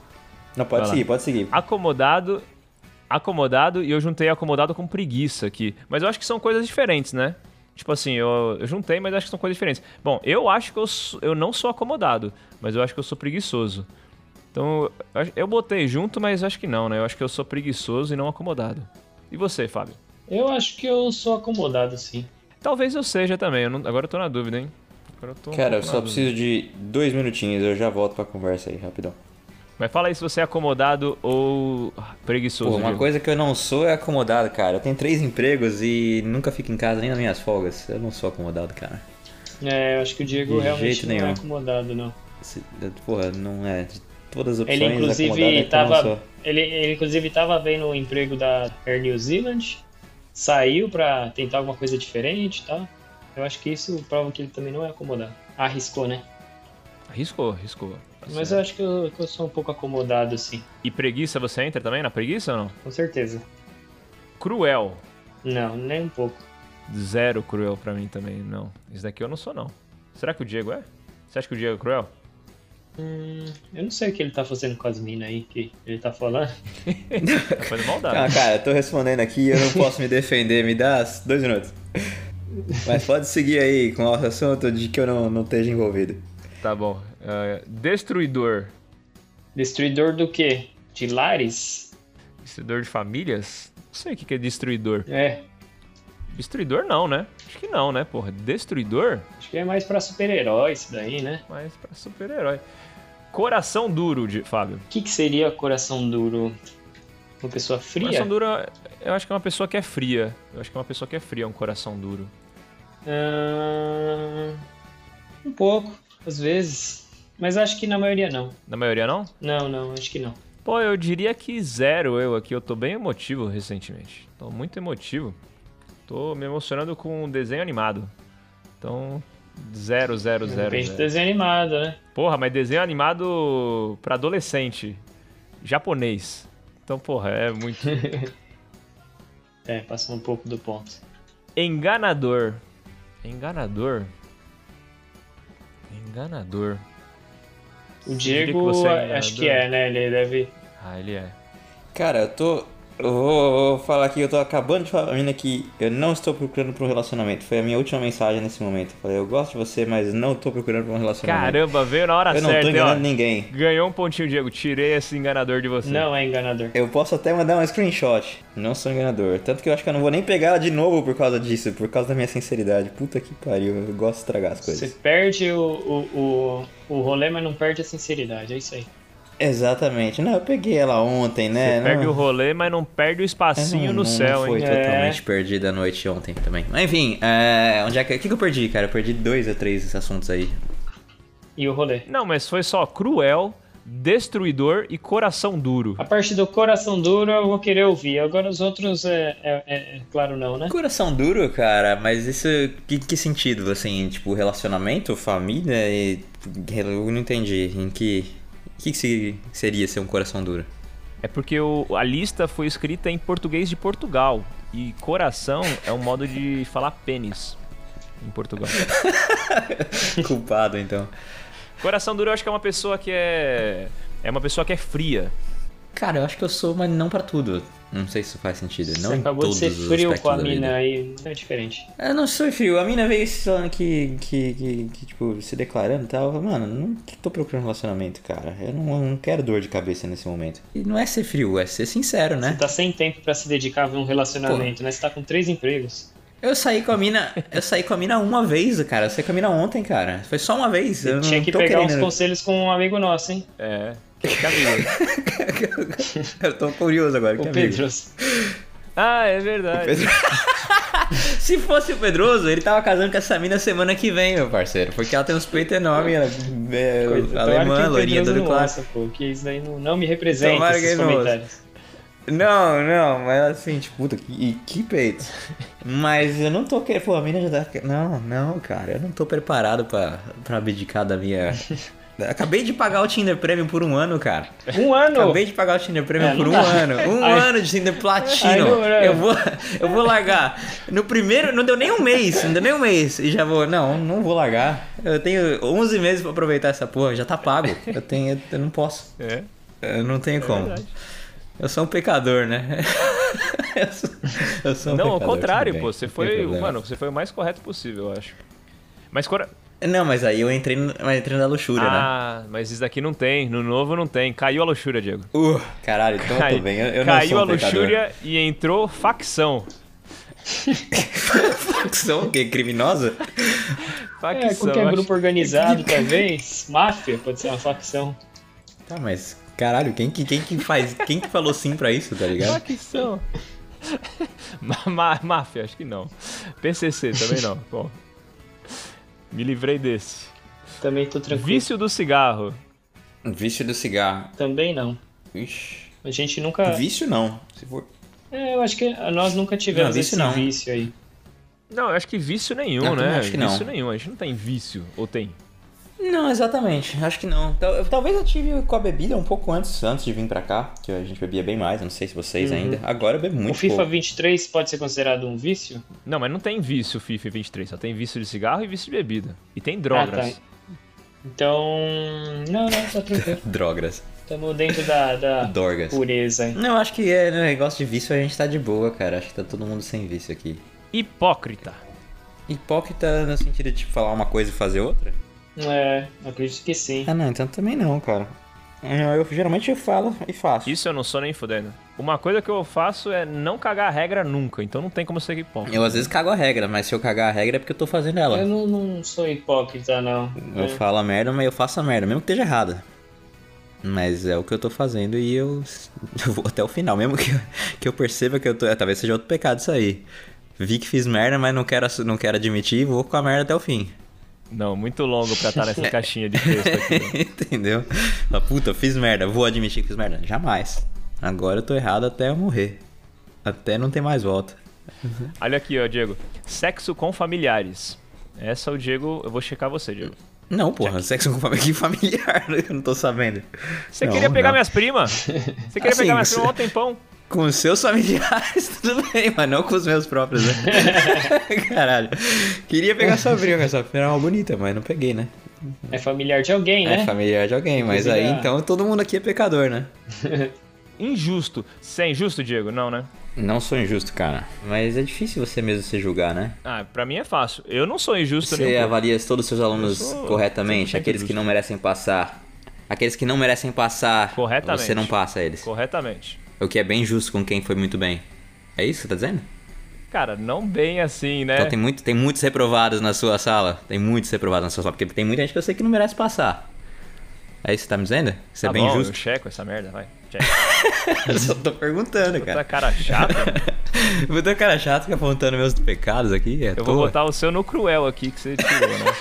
Vai
Não, pode
lá.
seguir, pode seguir.
acomodado, acomodado e eu juntei acomodado com preguiça aqui. Mas eu acho que são coisas diferentes, né? Tipo assim, eu, eu juntei, mas acho que são coisas diferentes. Bom, eu acho que eu, sou- eu não sou acomodado, mas eu acho que eu sou preguiçoso. Então, eu, acho- eu botei junto, mas acho que não, né? Eu acho que eu sou preguiçoso e não acomodado. E você, Fábio?
Eu acho que eu sou acomodado, sim.
Talvez eu seja também. eu não- agora eu tô na dúvida, hein? Agora eu tô um
Cara, eu
pouco
só
na dúvida.
preciso de dois minutinhos, eu já volto pra conversa aí, rapidão.
Mas fala aí se você é acomodado ou ah, preguiçoso.
Pô, uma
Diego.
coisa que eu não sou é acomodado, cara. Eu tenho três empregos e nunca fico em casa nem nas minhas folgas. Eu não sou acomodado, cara.
É, eu acho que o Diego
De
realmente
jeito
não é
nenhum.
acomodado, não.
Se- Porra, não é. De todas as opções,
Ele
acomodado é
inclusive
que eu não
tava.
sou.
Ele, ele inclusive tava vendo o emprego da Air New Zealand, saiu pra tentar alguma coisa diferente e tal. Eu acho que isso prova que ele também não é acomodado. Arriscou, né?
Arriscou, arriscou. Tá
Mas eu
certo.
acho que eu, que eu sou um pouco acomodado, sim.
E preguiça, você entra também na preguiça ou não?
Com certeza.
Cruel.
Não, nem um pouco.
Zero cruel pra mim também, não. Isso daqui eu não sou, não. Será que o Diego é? Você acha que o Diego é cruel?
Hum, eu não sei o que ele tá fazendo com as minas aí, que ele tá falando. [laughs]
Tá fazendo maldade.
Ah, cara, eu tô respondendo aqui eu não posso me defender. Me dá dois minutos. Mas pode seguir aí com o assunto de que eu não, não esteja envolvido.
Tá bom. Ah, destruidor.
Destruidor do quê? De lares?
Destruidor de famílias? Não sei o que que é destruidor.
É,
Destruidor não, né? Acho que não, né, porra? Destruidor?
acho que é mais pra super-herói isso daí, né?
Mas pra super-herói. Coração duro, de Fábio.
O que, que seria coração duro? Uma pessoa fria?
Coração duro, eu acho que é uma pessoa que é fria. Eu acho que é uma pessoa que é fria, um coração duro.
Ahn, um pouco, às vezes. Mas acho que na maioria não.
Na maioria não?
Não, não, acho que não.
Pô, eu diria que zero eu aqui. Eu tô bem emotivo recentemente. Tô muito emotivo. Tô me emocionando com um desenho animado. Então, zero, zero, zero.
Depende do
zero.
desenho animado, né?
Porra, mas desenho animado pra adolescente. Japonês. Então, porra, é
[laughs]
muito.
É, passou um pouco do ponto.
Enganador. Enganador. Enganador.
O
diria que
Diego,
você é
acho
enganador.
que é, né? Ele deve.
Ah, ele é.
Cara, eu tô Eu vou, vou falar aqui, eu tô acabando de falar pra mina que eu não estou procurando por um relacionamento. Foi a minha última mensagem nesse momento. Eu falei, eu gosto de você, mas não tô procurando por um relacionamento.
Caramba, veio na hora
eu não
certa.
tô
hein, ó.
enganando ninguém.
Ganhou um pontinho, Diego. Tirei esse enganador de você.
Não é enganador.
Eu posso até mandar um screenshot. Não sou enganador. Tanto que eu acho que eu não vou nem pegar ela de novo por causa disso, por causa da minha sinceridade. Puta que pariu, eu gosto de estragar as
Você
coisas.
perde o, o, o, o rolê, mas não perde a sinceridade. É isso aí.
Exatamente. Não, eu peguei ela ontem, né?
Você perde
não... é
o rolê, mas não perde o espacinho
não,
no
não-
céu,
não foi
hein?
É.
totalmente perdida a noite ontem também. Mas enfim, é, onde é que, o que, que eu perdi, cara? Eu perdi dois ou três assuntos aí.
E o rolê.
Não, mas foi só cruel, destruidor e coração duro.
A parte do coração duro eu vou querer ouvir. Agora os outros é, é- é- é claro não, né?
Um Coração duro, cara, mas isso. Que, que sentido? Assim, tipo, relacionamento, família e. Eu não entendi. Em que. O que, que se- seria ser um coração
[laughs]
duro?
É porque o- a lista foi escrita em português de Portugal. E coração é um modo de falar pênis em Portugal.
Culpado, então.
Coração duro eu acho que é uma pessoa que é. É uma pessoa que é fria.
Cara, eu acho que eu sou, mas não pra tudo. Não sei se isso faz sentido. não
Você
em
acabou de
todos
ser
os
frio com a
aspectos da vida.
mina aí. É diferente.
Eu não sou frio. A mina veio falando que, que, que, que, tipo, se declarando e tal. Eu falei, Mano, não tô procurando relacionamento, cara. Eu não, eu não quero dor de cabeça nesse momento. E não é ser frio, é ser sincero, né?
Você tá sem tempo pra se dedicar a um relacionamento, né? Você tá com três empregos.
Eu saí com a mina, eu saí com a mina uma vez, cara. Eu saí com a mina ontem, cara. Foi só uma vez. Eu
Tinha
não
que
tô
pegar uns
querendo.
conselhos com um amigo nosso, hein?
É. Que amigo.
[laughs] Eu tô curioso agora. que
O
amigo.
Pedro. tá
ah, é verdade.
Se fosse o Pedroso, ele tava casando com essa mina semana que vem, meu parceiro. Porque ela tem uns peitos enormes, ela é alemã, loirinha
um Pedroso
do
não
classe.
ouça, pô, que isso daí não, não me representa
Tomara que
esses
ele não ouça.
comentários.
Não, não, mas assim, tipo, puta, que, e que peito. Mas eu não tô querendo. Pô, a mina já tá. Não, não, cara, eu não tô preparado pra, pra abdicar da
[laughs]
minha. Acabei de pagar o Tinder Premium por um ano, cara.
Um ano!
Acabei de pagar o Tinder Premium
É, não
por um
dá.
ano. Um
Aí-
ano de Tinder Platino.
Aí não, né?
eu, vou, eu vou largar. No primeiro, não deu nem um mês. Não deu nem um mês. E já vou. Não, não vou largar. Eu tenho 11 meses pra aproveitar essa porra. Já tá pago. Eu, tenho, eu não posso.
É.
Eu não tenho como. eu sou um pecador, né? [laughs] eu sou, eu sou um
Não,
pecador.
ao contrário,
tudo bem,
pô. Você
não tem
foi.
problema.
Mano, você foi o mais correto possível, eu acho. Mas cora...
Não, mas aí eu entrei, no- eu entrei na luxúria, né?
Ah, mas isso daqui não tem. No novo não tem. Caiu a luxúria, Diego.
Uh, caralho, então eu
Cai-
tô bem. Eu, eu
Caiu
não sou um
a
pecador.
luxúria e entrou facção.
[laughs] Facção, o um quê? Criminosa?
É,
Facção.
qualquer
acho-
grupo organizado, talvez. Máfia pode ser uma facção.
Tá, mas caralho, quem que, quem que faz, quem que falou sim pra isso, tá ligado?
Facção. [laughs] Ma- ma- Máfia, acho que não. PCC também não. Bom, me livrei desse.
Também tô tranquilo.
Vício do cigarro.
[laughs] Vício do cigarro.
Também não.
Ixi.
A gente nunca.
Ah. Vício não. Se for...
É, eu acho que nós nunca tivemos
Não, vício
esse
não.
vício aí.
Não, eu acho que vício nenhum,
Não, também
né?
acho que não.
vício nenhum. A gente não tem vício. Ou tem?
Não, exatamente. Acho que não. Tal- eu- Talvez eu tive com a bebida um pouco antes, antes de vir pra cá, que a gente bebia bem mais, eu não sei se vocês ainda. Agora eu bebo muito
Uhum. o FIFA
pouco.
23 pode ser considerado um vício?
Não, mas não tem vício FIFA 23. Só tem vício de cigarro e vício de bebida. E tem
Ah,
drogas.
tá. Então. Não, não, tá tranquilo.
Drogas.
Tamo dentro da,
[laughs]
da
Dorgas.
pureza aí.
Não, acho que é no negócio de vício a gente tá de boa, cara. Acho que tá todo mundo sem vício aqui.
Hipócrita.
Hipócrita no sentido de tipo, falar uma coisa e fazer outra?
É, acredito que sim.
Ah, não, então também não, cara. Eu, eu geralmente eu falo e faço.
Isso eu não sou nem fudendo. Uma coisa que eu faço é não cagar a regra nunca. Então não tem como ser hipócrita.
Eu às vezes cago a regra, mas se eu cagar a regra é porque eu tô fazendo ela.
Eu não, não sou hipócrita, não. É,
Eu falo a merda, mas eu faço a merda, mesmo que esteja errada. Mas é o que eu tô fazendo e eu, [laughs] eu vou até o final, mesmo que, que eu perceba que eu tô. é, Talvez seja outro pecado isso aí. Vi que fiz merda, mas não quero, assu- não quero admitir e vou com a merda até o fim.
Não, muito longo pra estar nessa caixinha de texto aqui. né?
[laughs] Entendeu? Fala, puta, fiz merda, vou admitir que fiz merda. Jamais. Agora eu tô errado até eu morrer. Até não ter mais volta.
Olha aqui, ó, Diego. Sexo com familiares. Essa o Diego. Eu vou checar você, Diego.
Não, porra, sexo com família [laughs] que familiar, eu não tô sabendo.
Você
Não,
queria pegar
não.
minhas primas? Você queria
[laughs] Assim,
pegar minhas primas
você-
há um tempão?
Com os seus familiares, [laughs] tudo bem, mas não com os meus próprios, [laughs] né? Caralho. Queria pegar sua prima, essa prima era uma bonita, mas não peguei, né?
É familiar de alguém,
É
né?
familiar de alguém, mas aí
Inclusive, a-
então todo mundo aqui é pecador, né?
injusto. Você é injusto, Diego? Não, né?
Não sou injusto, cara. Mas é difícil você mesmo se julgar, né?
Ah, pra mim é fácil. Eu não sou injusto
Você é
nenhum.
avalia todos os seus alunos
Eu sou
corretamente,
100%
aqueles que
justo.
não merecem passar. Aqueles que não merecem passar,
Corretamente.
você não passa eles.
Corretamente.
O que é bem justo com quem foi muito bem. É isso que você tá dizendo?
Cara, não bem assim, né?
Então tem, muito, tem muitos reprovados na sua sala. Tem muitos reprovados na sua sala. Porque tem muita gente que eu sei que não merece passar. É isso que você tá me dizendo? Isso
Tá
é bem
bom, Eu [laughs]
justo.
checo essa merda,
[laughs]
vai. Checo.
Eu só tô perguntando,
Tá [laughs]
cara.
cara chata.
Vou ter um cara chato que apontando meus pecados aqui. É
Eu vou botar o seu no cruel aqui que você tirou, né?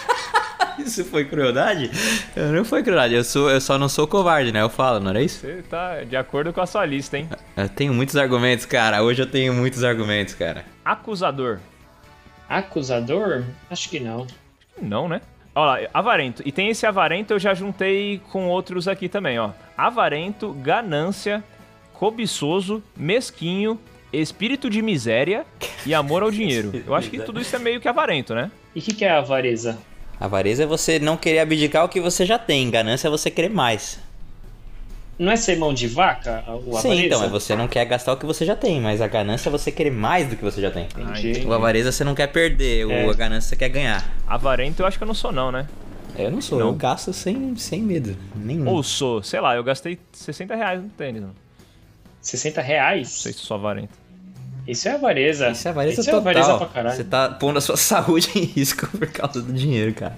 Isso foi crueldade? Eu não foi crueldade. Eu, sou, eu só não sou covarde, né? Eu falo, não era isso?
Você tá de acordo com a sua lista, hein?
Eu tenho muitos argumentos, cara. Hoje eu tenho muitos argumentos, cara.
Acusador.
Acusador? Acho que não.
Não, né? Olha lá, avarento. E tem esse avarento, eu já juntei com outros aqui também, ó. Avarento, ganância, cobiçoso, mesquinho, espírito de miséria e amor ao [laughs] dinheiro. Eu acho que tudo isso é meio que avarento, né?
E o que, que é a avareza?
Avareza é você não querer abdicar o que você já tem. Ganância é você querer mais.
Não é ser mão de vaca? O avareza?
Sim, então, é você não quer gastar o que você já tem, mas a ganância é você querer mais do que você já tem.
Entendi.
O avareza você não quer perder, o
É.
a ganância você quer ganhar.
Avarento eu acho que eu não sou não, né?
Eu não sou, eu gasto sem, sem medo. Nenhum.
Ou sou, sei lá, eu gastei 60 reais no tênis, mano. Não
60 reais?
sei se sou avarento.
Isso é avareza.
Isso é avareza
Isso é
total.
avareza pra caralho.
Você tá pondo a sua [laughs] saúde em risco por causa do dinheiro, cara.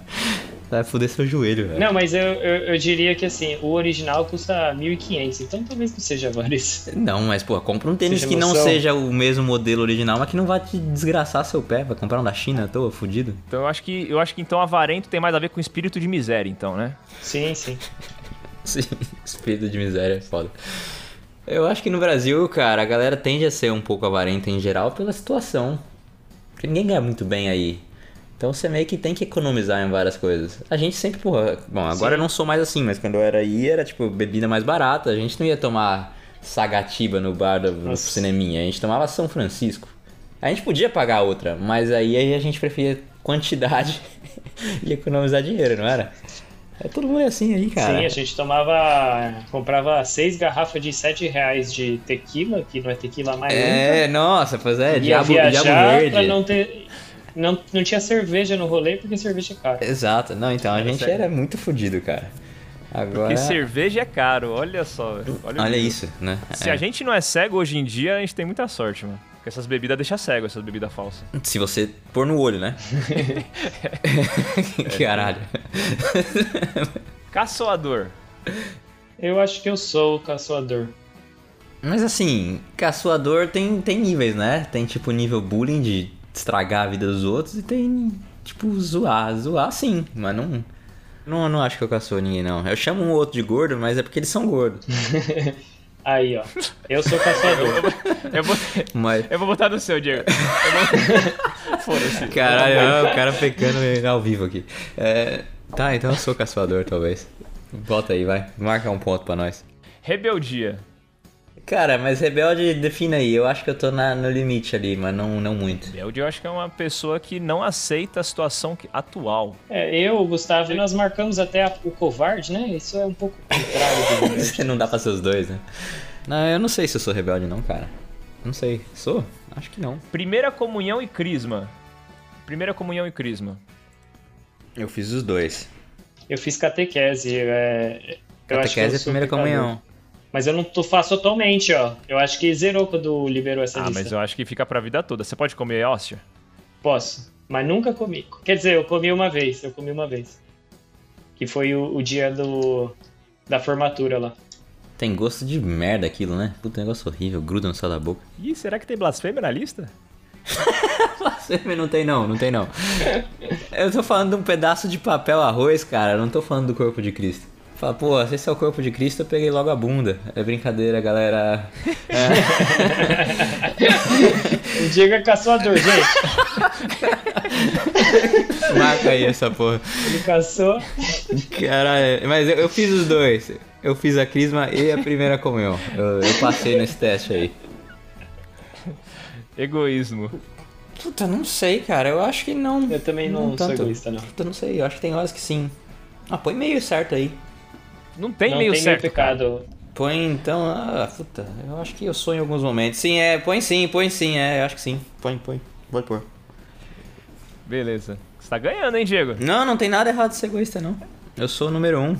Vai foder seu joelho, velho.
Não, mas eu, eu, eu diria que assim, o original custa 1.500, então talvez não seja avareza. [laughs]
Não, mas pô, compra um tênis
Seja
que não
noção.
seja o mesmo modelo original, mas que não vai te desgraçar seu pé. Vai comprar um da China à toa, fudido.
Então eu acho que eu acho que então avarento tem mais a ver com espírito de miséria, então, né?
Sim, sim.
[laughs] Sim, espírito de miséria é foda. Eu acho que no Brasil, cara, a galera tende a ser um pouco avarenta em geral pela situação. Porque ninguém ganha muito bem aí. Então você meio que tem que economizar em várias coisas. A gente sempre, porra. Bom, agora eu não sou mais assim, mas quando eu era aí era tipo bebida mais barata. A gente não ia tomar sagatiba no bar do no
Nossa.
cineminha. A gente tomava São Francisco. A gente podia pagar outra, mas aí, aí a gente preferia quantidade [laughs] e economizar dinheiro, não era? É todo mundo é assim aí, cara.
Sim, a gente tomava. comprava seis garrafas de 7 reais de tequila, que não é tequila mais
É, nossa, pois é,
nunca. Ia
diabo, diabo
viajar pra
verde.
não ter. Não, não tinha cerveja no rolê porque cerveja é cara.
Exato, não, então a gente
é-
sério.
era muito fudido, cara. Agora.
Porque cerveja é caro, olha só. velho. Olha, o
Olha
nível.
isso, né?
Se
É.
a gente não é cego hoje em dia, a gente tem muita sorte, mano. Porque essas bebidas deixam cego, essas bebidas falsas.
Se você pôr no olho,
[laughs]
né? [laughs] Caralho.
Caçoador.
Eu acho que eu sou o caçoador.
Mas assim, caçoador tem, tem níveis, né? Tem tipo nível bullying de estragar a vida dos outros e tem tipo zoar, zoar sim, mas não. Não, não acho que eu caçoo ninguém, não. Eu chamo um ou outro de gordo, mas é porque eles são
[laughs]
gordos.
Aí, ó. Eu sou o caçoador.
Eu vou, [laughs]
Mas.
eu vou botar no seu, Diego. Eu vou- [laughs] Foda-se.
Caralho, é o cara pecando ao vivo aqui. É, tá, então eu sou caçador, talvez. Bota aí, vai. Marca um ponto pra nós.
Rebeldia.
Cara, mas rebelde, defina aí. Eu acho que eu tô na- no limite ali, mas não, não muito. [laughs]
Rebelde eu acho que é uma pessoa que não aceita a situação que- atual.
É, eu, o Gustavo, nós marcamos até a- o covarde, né? Isso é um pouco contrário do
Você não dá pra ser os dois, né? Não, eu não sei se eu sou rebelde, não, cara. Não sei. Sou? Acho que não.
Primeira comunhão e crisma. Primeira comunhão e crisma.
Eu fiz os dois.
Eu fiz catequese. É... eu acho que eu
Catequese é a
sou
primeira
pecador.
comunhão.
Mas eu não tô- faço totalmente, ó. Eu acho que zerou quando liberou essa
Ah,
lista.
mas eu acho que fica pra vida toda. Você pode comer hóstia?
Posso, mas nunca comi. Quer dizer, eu comi uma vez, eu comi uma vez. Que foi o, o dia do da formatura lá.
Tem gosto de merda aquilo, né? Puta, negócio horrível. Gruda no céu da boca.
Ih, será que tem blasfêmia na lista?
Blasfêmia não tem não, não tem não. Eu tô falando de um pedaço de papel arroz, cara, eu não tô falando do corpo de Cristo. Fala, pô, se esse é o corpo de Cristo, eu peguei logo a bunda. É brincadeira, galera.
O Diego é caçoador, gente.
Marca aí essa porra.
Ele caçou.
Caralho, mas eu, eu fiz os dois. Eu fiz a crisma e a primeira comunhão. Eu, eu passei nesse teste aí.
Egoísmo.
Puta, não sei, cara. Eu acho que não.
Eu também não, sou
tanto.
egoísta, não.
Puta, não sei. Eu acho que tem horas que sim. Ah, põe meio certo aí.
Não tem
não
meio
tem
certo.
pecado.
Põe então. Ah, puta, eu acho que eu sou em alguns momentos. Sim, é, põe sim, põe sim, é, eu acho que sim. Põe, põe. Pode pôr.
Beleza. Você tá ganhando, hein, Diego?
Não, não tem nada errado de ser egoísta, não. Eu sou o número um.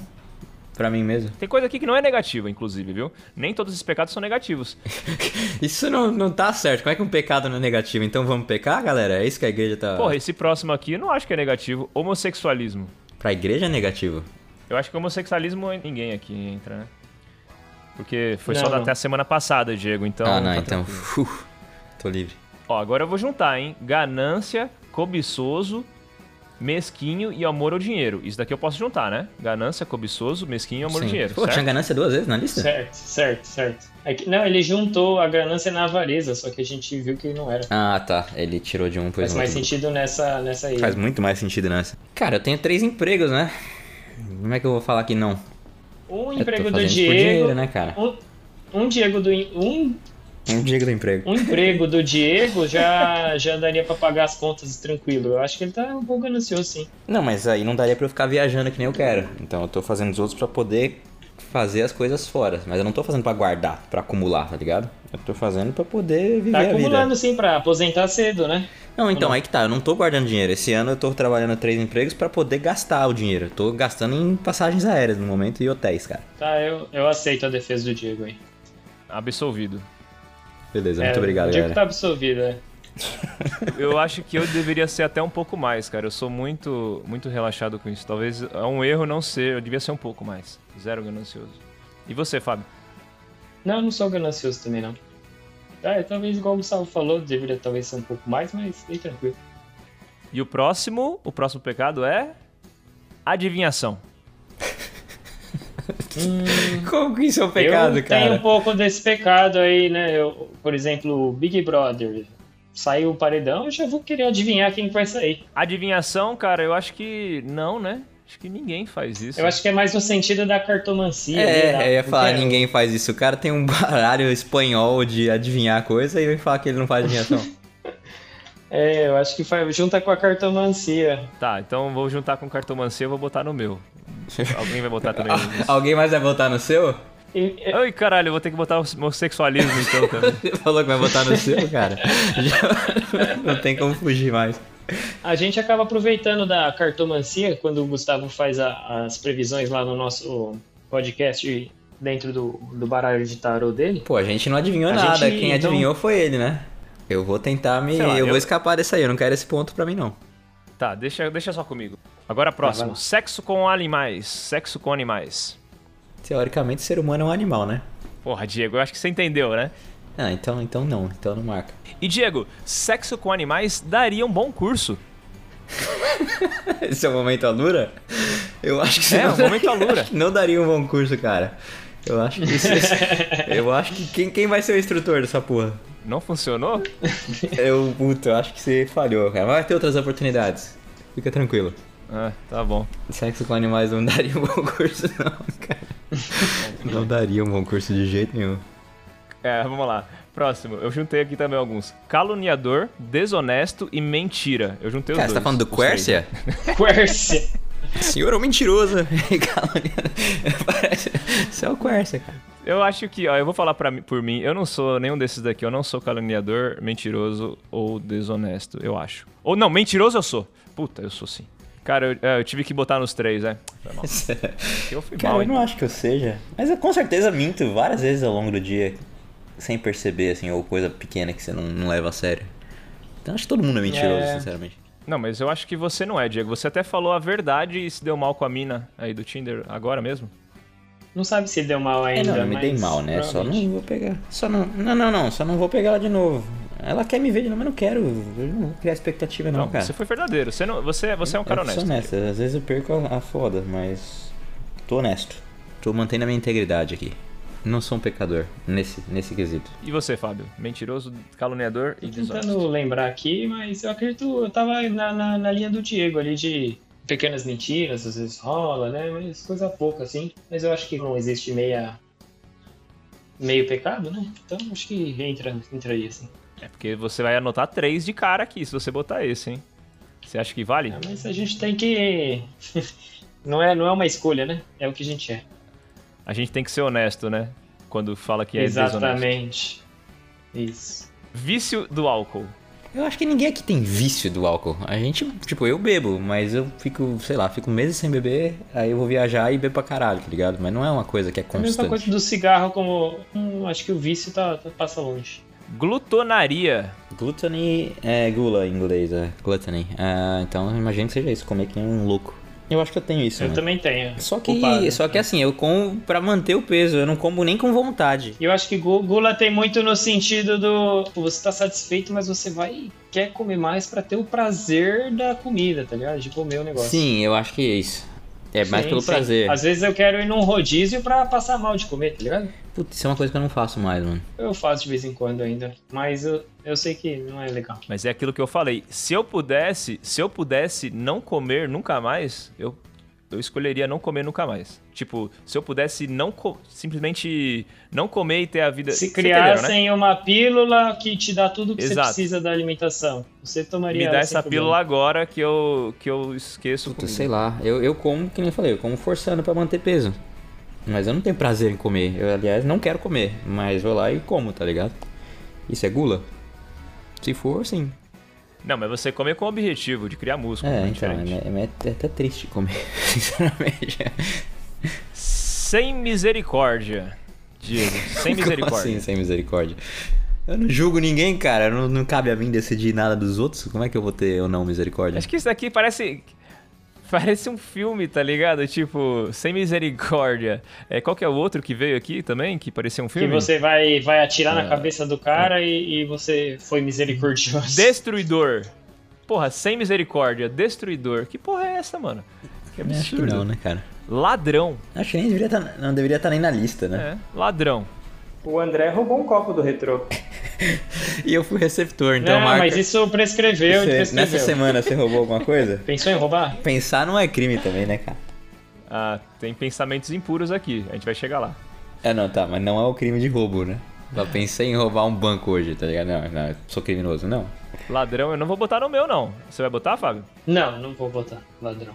Pra mim mesmo.
Tem coisa aqui que não é negativa, inclusive, viu? Nem todos esses pecados são negativos.
[laughs] Isso não, não tá certo. Como é que um pecado não é negativo? Então vamos pecar, galera? É isso que a igreja tá.
Porra, esse próximo aqui eu não acho que é negativo. Homossexualismo.
Pra igreja é negativo.
Eu acho que homossexualismo ninguém aqui entra, né? Porque foi
Não,
só
não.
até a semana passada, Diego, então.
ah, não,
tá
então.
tranquilo.
uf, tô livre.
Ó, agora eu vou juntar, hein? Ganância, cobiçoso, mesquinho e amor ao dinheiro. Isso daqui eu posso juntar, né? Ganância, cobiçoso, mesquinho e amor ao
Sim.
dinheiro.
Pô, tinha
certo?
ganância duas vezes na lista?
Certo, certo, certo. É que- não, ele juntou a ganância na avareza, só que a gente viu que não era.
Ah, tá. Ele tirou de um, pois
Faz mais sentido nessa, nessa aí.
Faz muito mais sentido nessa. Cara, eu tenho três empregos, né? Como é que eu vou falar que não?
Um
Eu É, tô
emprego do
fazendo por
Diego.
dinheiro, né, cara?
um, um Diego do. Um,
Um Diego do emprego.
um emprego do Diego já, já daria pra pagar as contas tranquilo. Eu acho que ele tá um pouco ganancioso, sim.
Não, mas aí não daria pra eu ficar viajando que nem eu quero. Então eu tô fazendo os outros pra poder fazer as coisas fora. Mas eu não tô fazendo pra guardar, pra acumular, tá ligado? Eu tô fazendo pra poder viver
Tá
a vida.
acumulando, sim, pra aposentar cedo, né?
Não, então,
Não.
aí que tá. Eu não tô guardando dinheiro. Esse ano eu tô trabalhando três empregos pra poder gastar o dinheiro. Eu tô gastando em passagens aéreas no momento e hotéis, cara.
Tá, eu, eu aceito a defesa do Diego aí.
Absolvido.
Beleza,
É,
muito obrigado,
o Diego
galera.
tá absolvido, é.
Eu acho que eu deveria ser até um pouco mais, cara. Eu sou muito, muito relaxado com isso. Talvez é um erro não ser. Eu devia ser um pouco mais. Zero ganancioso. E você, Fábio?
Não, eu não sou ganancioso também, não. Ah, eu talvez, igual o Gustavo falou, deveria talvez ser um pouco mais, mas bem tranquilo.
E o próximo, o próximo pecado é adivinhação.
[laughs] Como que isso é um
eu tenho um pouco desse pecado aí, né? Eu, por exemplo, o Big Brother. Saiu o paredão, eu já vou querer adivinhar quem vai sair.
Adivinhação, cara, eu acho que não, né? Acho que ninguém faz isso.
Eu acho que é mais no sentido da cartomancia. né, da-
É, eu ia falar,
porque-
ninguém faz isso. O cara tem um [laughs] baralho espanhol de adivinhar coisa e vem falar que ele não faz [laughs] adivinhação.
É, eu acho que faz, junta com a cartomancia.
Tá, então vou juntar com cartomancia e vou botar no
[laughs]
meu. Alguém vai botar também. nisso.
Alguém mais vai votar no seu?
E- e-
Ai, caralho, eu vou ter que botar o meu sexualismo então também.
Você falou que vai votar no seu, cara. [laughs] Já- não tem como fugir mais.
a gente acaba aproveitando da cartomancia quando o Gustavo faz a- as previsões lá no nosso podcast dentro do, do baralho de tarô dele. [laughs]
Pô, a gente não adivinhou
A
nada.
gente,
Quem
então-
adivinhou foi ele, né? Eu vou tentar me.
Sei lá,
eu,
eu-
vou escapar dessa aí. Eu não quero esse ponto pra mim, não.
Tá, deixa, deixa só comigo. Agora
Vai, vai
próximo.
lá.
Sexo com animais. Sexo com animais.
Teoricamente, o ser humano é um animal, né?
Porra, Diego, eu acho que você entendeu, né?
Ah, então, então não. Então não marca.
E Diego, sexo com animais daria um bom curso.
Esse é o momento alura? Eu acho que você
É,
não
o momento
daria-
Alura.
acho que [laughs] Não daria um bom curso, cara. Eu acho que isso,
[laughs]
Eu acho que quem, quem vai ser o instrutor dessa porra?
Não funcionou?
Eu, puta, eu acho que você falhou, cara. Mas vai ter outras oportunidades. Fica tranquilo.
Ah, tá bom.
Sexo com animais não daria um bom curso, [laughs] não, cara. Não daria um bom curso de jeito nenhum.
É, vamos lá. Próximo. Eu juntei aqui também alguns. Caluniador, desonesto e mentira. Eu juntei os
Cara,
dois.
você tá falando do
os três.
Quercia?
Quercia.
Senhor é um mentiroso. [laughs] Caluniano. Parece. Você é o Quercia, cara.
Eu acho que, ó, eu vou falar pra, mim- por mim, eu não sou nenhum desses daqui, eu não sou caluniador, mentiroso ou desonesto, eu acho. Ou não, mentiroso eu sou. Puta, eu sou sim. Cara, eu, é, eu tive que botar nos três, né? Foi mal.
[laughs]
Eu fui
Cara,
mal,
eu
hein?
não acho que eu seja. Mas eu com certeza minto várias vezes ao longo do dia. Sem perceber, assim, ou coisa pequena que você não, não leva a sério. Então acho que todo mundo é mentiroso,
É.
sinceramente.
Não, mas eu acho que você não é, Diego. Você até falou a verdade e se deu mal com a mina aí do Tinder agora mesmo.
Não sabe se deu mal
É,
ainda.
não, eu me
mas
dei mal, né? Só
provavelmente.
não vou pegar. Só não. Não, não, não. Só não vou pegar ela de novo. Ela quer me ver de novo, mas eu não quero. Eu não vou criar expectativa, não,
Não,
cara.
você foi verdadeiro. Você, não, você, você é um cara
eu sou
honesto.
honesto. Às vezes eu perco a, a foda, mas. Tô honesto. Tô mantendo a minha integridade aqui. Não sou um pecador nesse, nesse quesito.
E você, Fábio? Mentiroso, caluniador e desonesto.
Tentando lembrar aqui, mas eu acredito, eu tava na, na, na linha do Diego ali de pequenas mentiras, às vezes rola, né? Mas coisa pouca, assim. Mas eu acho que não existe meia. meio pecado, né? Então acho que entra, entra aí, assim.
É porque você vai anotar três de cara aqui, se você botar esse, hein? Você acha que vale?
Ah, Mas a gente tem que. [laughs] não, é, não é uma escolha, né? É o que a gente é.
A gente tem que ser honesto, né? quando fala que é desonesto.
Exatamente. Isso.
Vício do álcool.
Eu acho que ninguém aqui tem vício do álcool. A gente, tipo, eu bebo, mas eu fico, sei lá, fico meses sem beber, aí eu vou viajar e bebo pra caralho, tá ligado? Mas não é uma coisa que é
A mesma coisa
constante.
do cigarro, como. Hum, acho que o vício tá, tá- passa longe.
Glutonaria.
Gluttony é gula em inglês, é gluttony. Ah, então eu imagino que seja isso, comer que nem um louco. Eu acho que eu tenho isso,
Eu
né?
também tenho.
Só que,
Culpado. né?
só que assim, eu como pra manter o peso, eu não como nem com vontade.
E eu acho que gu- gula tem muito no sentido do pô, você tá satisfeito, mas você vai quer comer mais pra ter o prazer da comida, tá ligado? De comer o negócio.
Sim, eu acho que é isso. É mais
Sim,
pelo
sim.
prazer.
Às vezes eu quero ir num rodízio pra passar mal de comer, tá ligado?
Putz, isso é uma coisa que eu não faço mais, mano.
Eu faço de vez em quando ainda, mas eu, eu sei que não é legal.
Mas é aquilo que eu falei. Se eu pudesse, se eu pudesse não comer nunca mais, eu, eu escolheria não comer nunca mais. Tipo, se eu pudesse não co- simplesmente não comer e ter a vida.
Se
Você entendeu, né?
criassem uma pílula que te dá tudo que
Exato.
você precisa da alimentação, você tomaria
Me dá
ela
essa
sem
pílula agora que eu, que eu esqueço.
Puta,
comigo.
sei lá. Eu, eu como, que nem eu falei, eu como forçando pra manter peso. Mas eu não tenho prazer em comer. Eu, aliás, não quero comer, mas vou lá e como, tá ligado? Isso é gula? Se for, sim.
Não, mas você come com o objetivo de criar músculo.
É,
né?
então,
Diferente.
é, é- é até triste comer, [laughs] sinceramente.
Sem misericórdia. Diego, sem
[laughs] Como assim,
misericórdia.
sem misericórdia? Eu não julgo ninguém, cara. Não, não cabe a mim decidir nada dos outros. Como é que eu vou ter ou não misericórdia?
Acho que isso daqui parece. Parece um filme, tá ligado? Tipo, Sem Misericórdia. É, qual que é o outro que veio aqui também, que parecia um
Que
filme?
você vai, vai atirar
É.
na cabeça do cara e, e você foi misericordioso.
Destruidor. Porra, Sem Misericórdia, Destruidor. Que porra é essa, mano? Que
Acho
é absurdo.
que não, né, cara?
Ladrão.
Acho que nem deveria tá, não deveria estar nem na lista, né?
É, ladrão.
O André roubou um copo do retrô.
E eu fui receptor, então
É,
Não,
marca.
mas isso prescreveu,
Você-
prescreveu.
nessa semana você roubou alguma coisa?
Pensou em roubar?
Pensar não é crime também, né, cara?
Ah, tem pensamentos impuros aqui. A gente vai chegar lá.
É, não, tá, mas não é o crime de roubo, né? Só pensei em roubar um banco hoje, tá ligado? Não, não, eu sou criminoso, não.
Ladrão, eu não vou botar no meu, não. Você vai botar, Fábio?
Não, não vou botar, ladrão.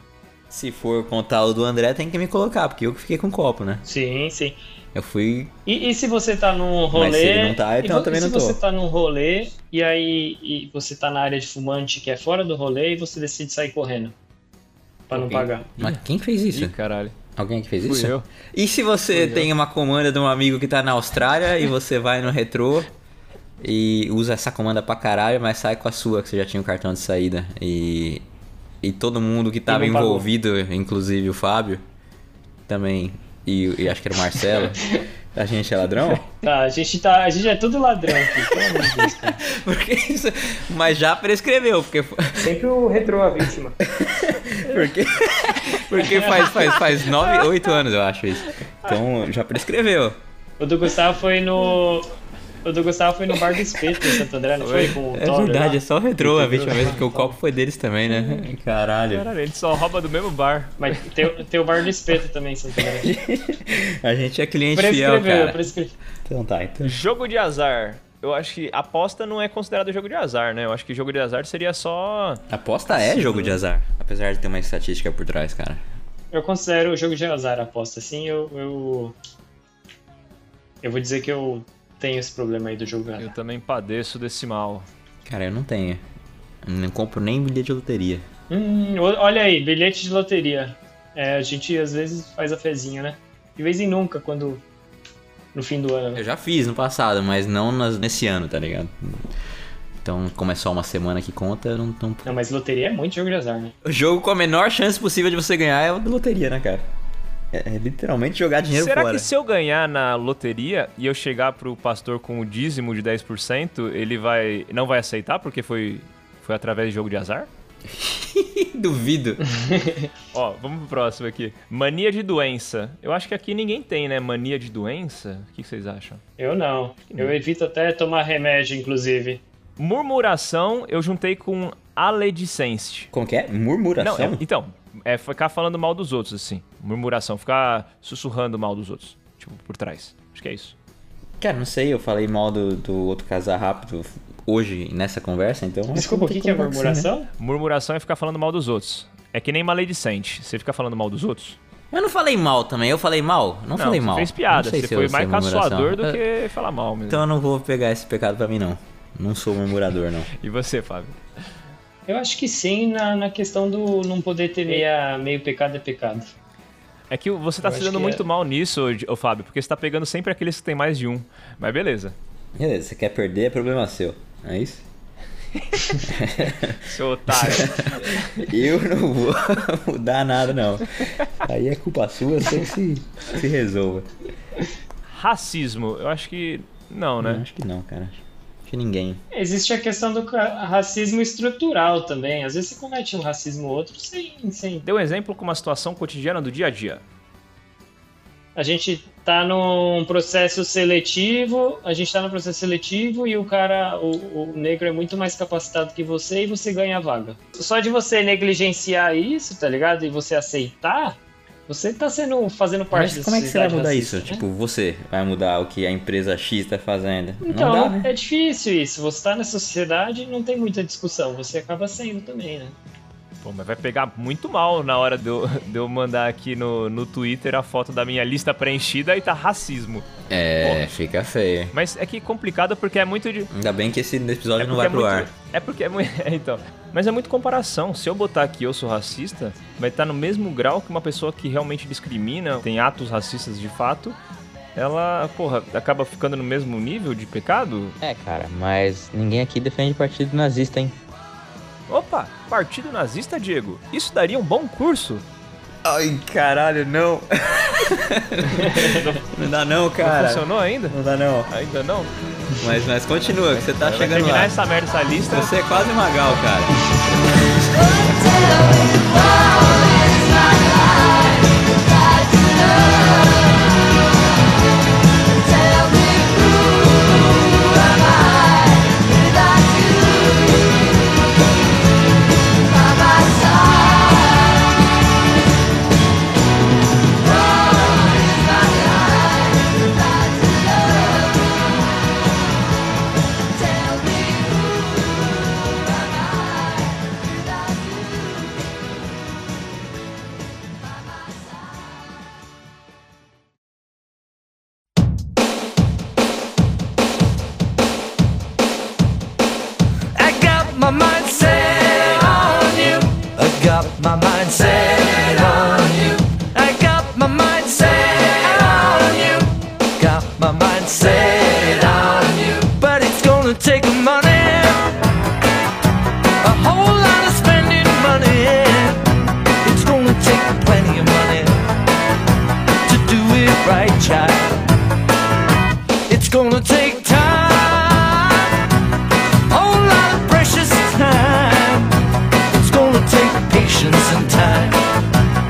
Se for contar o do André, tem que me colocar, porque eu que fiquei com o copo, né?
Sim, sim.
Eu fui.
E, e se você tá num rolê.
se ele não tá, então
e
eu também
e se
não tô.
você tá num rolê e aí e você tá na área de fumante que é fora do rolê e você decide sair correndo. Pra não
Ok.
pagar.
Mas quem fez isso?
Ih, caralho.
Alguém que fez
Fui
isso?
eu.
E se você tem uma comanda de um amigo que tá na Austrália e você vai no retrô e usa essa comanda pra caralho, mas sai com a sua, que você já tinha o cartão de saída. E, e todo mundo que tava
não pagou.
envolvido, inclusive o Fábio, também, e, e acho que era o Marcelo, a gente é ladrão?
Tá, a gente tá. A gente é tudo ladrão aqui, pelo amor de Deus. cara.
Porque isso- mas já prescreveu, porque,
[laughs] Sempre o retrô a vítima.
porque, porque faz, faz, faz nove, oito anos, eu acho isso. Então já prescreveu.
O do Gustavo foi no. O do Gustavo foi no bar do espeto em Santo André, não foi? Com o
É
Toro
verdade, é
lá.
só o retrô a vítima mesmo, porque o copo foi deles também, né? Caralho.
Caralho, ele só rouba do mesmo bar.
Mas tem, o- tem o bar do espeto também em Santo André.
[laughs] A gente é cliente fiel,
Prescreveu,
é cara.
prescreveu.
Então tá, então.
Jogo de azar. Eu acho que aposta não é considerado jogo de azar, né? Eu acho que jogo de azar seria só.
Aposta é jogo de azar. Apesar de ter uma estatística por trás, cara.
Eu considero o jogo de azar a aposta, assim, eu, eu. Eu vou dizer que eu tenho esse problema aí do jogo de azar.
Eu também padeço desse mal.
Cara, eu não tenho. Eu Não compro nem bilhete de loteria.
Hum, o- olha aí, bilhete de loteria. É, a gente às vezes faz a fezinha, né? De vez em nunca, quando. No fim do ano. né?
Eu já fiz no passado, mas não nas- nesse ano, tá ligado? Então, como é só uma semana que conta, eu não, não...
Não, mas loteria é muito jogo de azar, né?
O jogo com a menor chance possível de você ganhar é o de loteria, né, cara? É, é literalmente jogar dinheiro
Será
fora.
que se eu ganhar na loteria e eu chegar pro pastor com o dízimo de 10%, ele vai não vai aceitar porque foi foi através de jogo de azar?
[laughs] Duvido.
Ó, vamos pro próximo aqui. Mania de doença. Eu acho que aqui ninguém tem, né? Mania de doença? O que que vocês acham?
Eu não. Eu evito até tomar remédio, inclusive.
Murmuração, eu juntei com aledicência.
Como que é?
Não,
Murmuração?
é- então, é ficar falando mal dos outros, assim. Murmuração, ficar sussurrando mal dos outros. Tipo, por trás. Acho que é isso.
Cara, não sei, eu falei mal do, do outro casar rápido hoje nessa conversa, então.
Desculpa, o que, que é murmuração?
Murmuração é ficar falando mal dos outros. É que nem maledicente. Você fica falando mal dos outros,
né? Eu não falei mal também, eu falei mal? Não,
Não,
falei
você
mal.
fez piada.
Não sei
Você
se eu
foi
sou
mais caçoador do
[laughs] murmuração.
que falar mal mesmo.
Então eu não vou pegar esse pecado pra mim, não. Não sou murmurador, não.
E você, Fábio?
Eu acho que sim, na, na questão do não poder ter meia, meio pecado é pecado.
É que você tá
Eu
se
acho
dando
que
muito
é.
mal nisso, ô, ô, Fábio, porque você tá pegando sempre aqueles que tem mais de um. Mas beleza.
Beleza, você quer perder, é problema seu. Não é isso?
Seu otário.
[laughs] Eu não vou [laughs] mudar nada, não. Aí é culpa sua, você que se, se resolva.
Racismo, eu acho que. Não, né?
Não, acho que não, cara. Acho que ninguém.
Existe a questão do ca- racismo estrutural também. Às vezes você comete um racismo ou outro sem, sem.
Dê um exemplo com uma situação cotidiana do dia a dia.
A gente tá num processo seletivo, a gente tá num processo seletivo e o cara, o, o negro é muito mais capacitado que você e você ganha a vaga. Só de você negligenciar isso, tá ligado? E você aceitar, você tá sendo, fazendo
Mas
parte da
como é que você vai
sociedade
mudar
racista,
isso?
né?
Tipo, você vai mudar o que a empresa X tá fazendo.
Então,
não dá, né?
é difícil isso. Você tá nessa sociedade não tem muita discussão. Você acaba sendo também, né?
Pô, mas vai pegar muito mal na hora de eu, de eu mandar aqui no, no Twitter a foto da minha lista preenchida e tá racismo.
É, fica feio.
Mas é que complicado porque é muito de.
Ainda bem que esse episódio
É
não vai
porque
pro
é
ar.
muito- É porque é muito. [laughs] é, então. Mas é muito comparação. Se eu botar aqui eu sou racista, vai estar no mesmo grau que uma pessoa que realmente discrimina, tem atos racistas de fato. Ela, porra, acaba ficando no mesmo nível de pecado?
É, cara, mas ninguém aqui defende partido nazista, hein?
Opa, partido nazista, Diego. Isso daria um bom curso.
Ai,
[laughs]
caralho, não. não dá não, cara. Não,
Funcionou ainda?
dá não.
Ainda não?
Mas, mas continua, que você tá
Vai
chegando
terminar
lá.
essa merda, essa lista.
Você é quase magal, cara.
I got my mind set on you. I got my mind set on you. I got my mind set on you. Got my mind set on you. But it's gonna take money. A whole lot of spending money. It's gonna take plenty of money to do it right, child. It's gonna take time whole lot of precious time. It's gonna take patience and time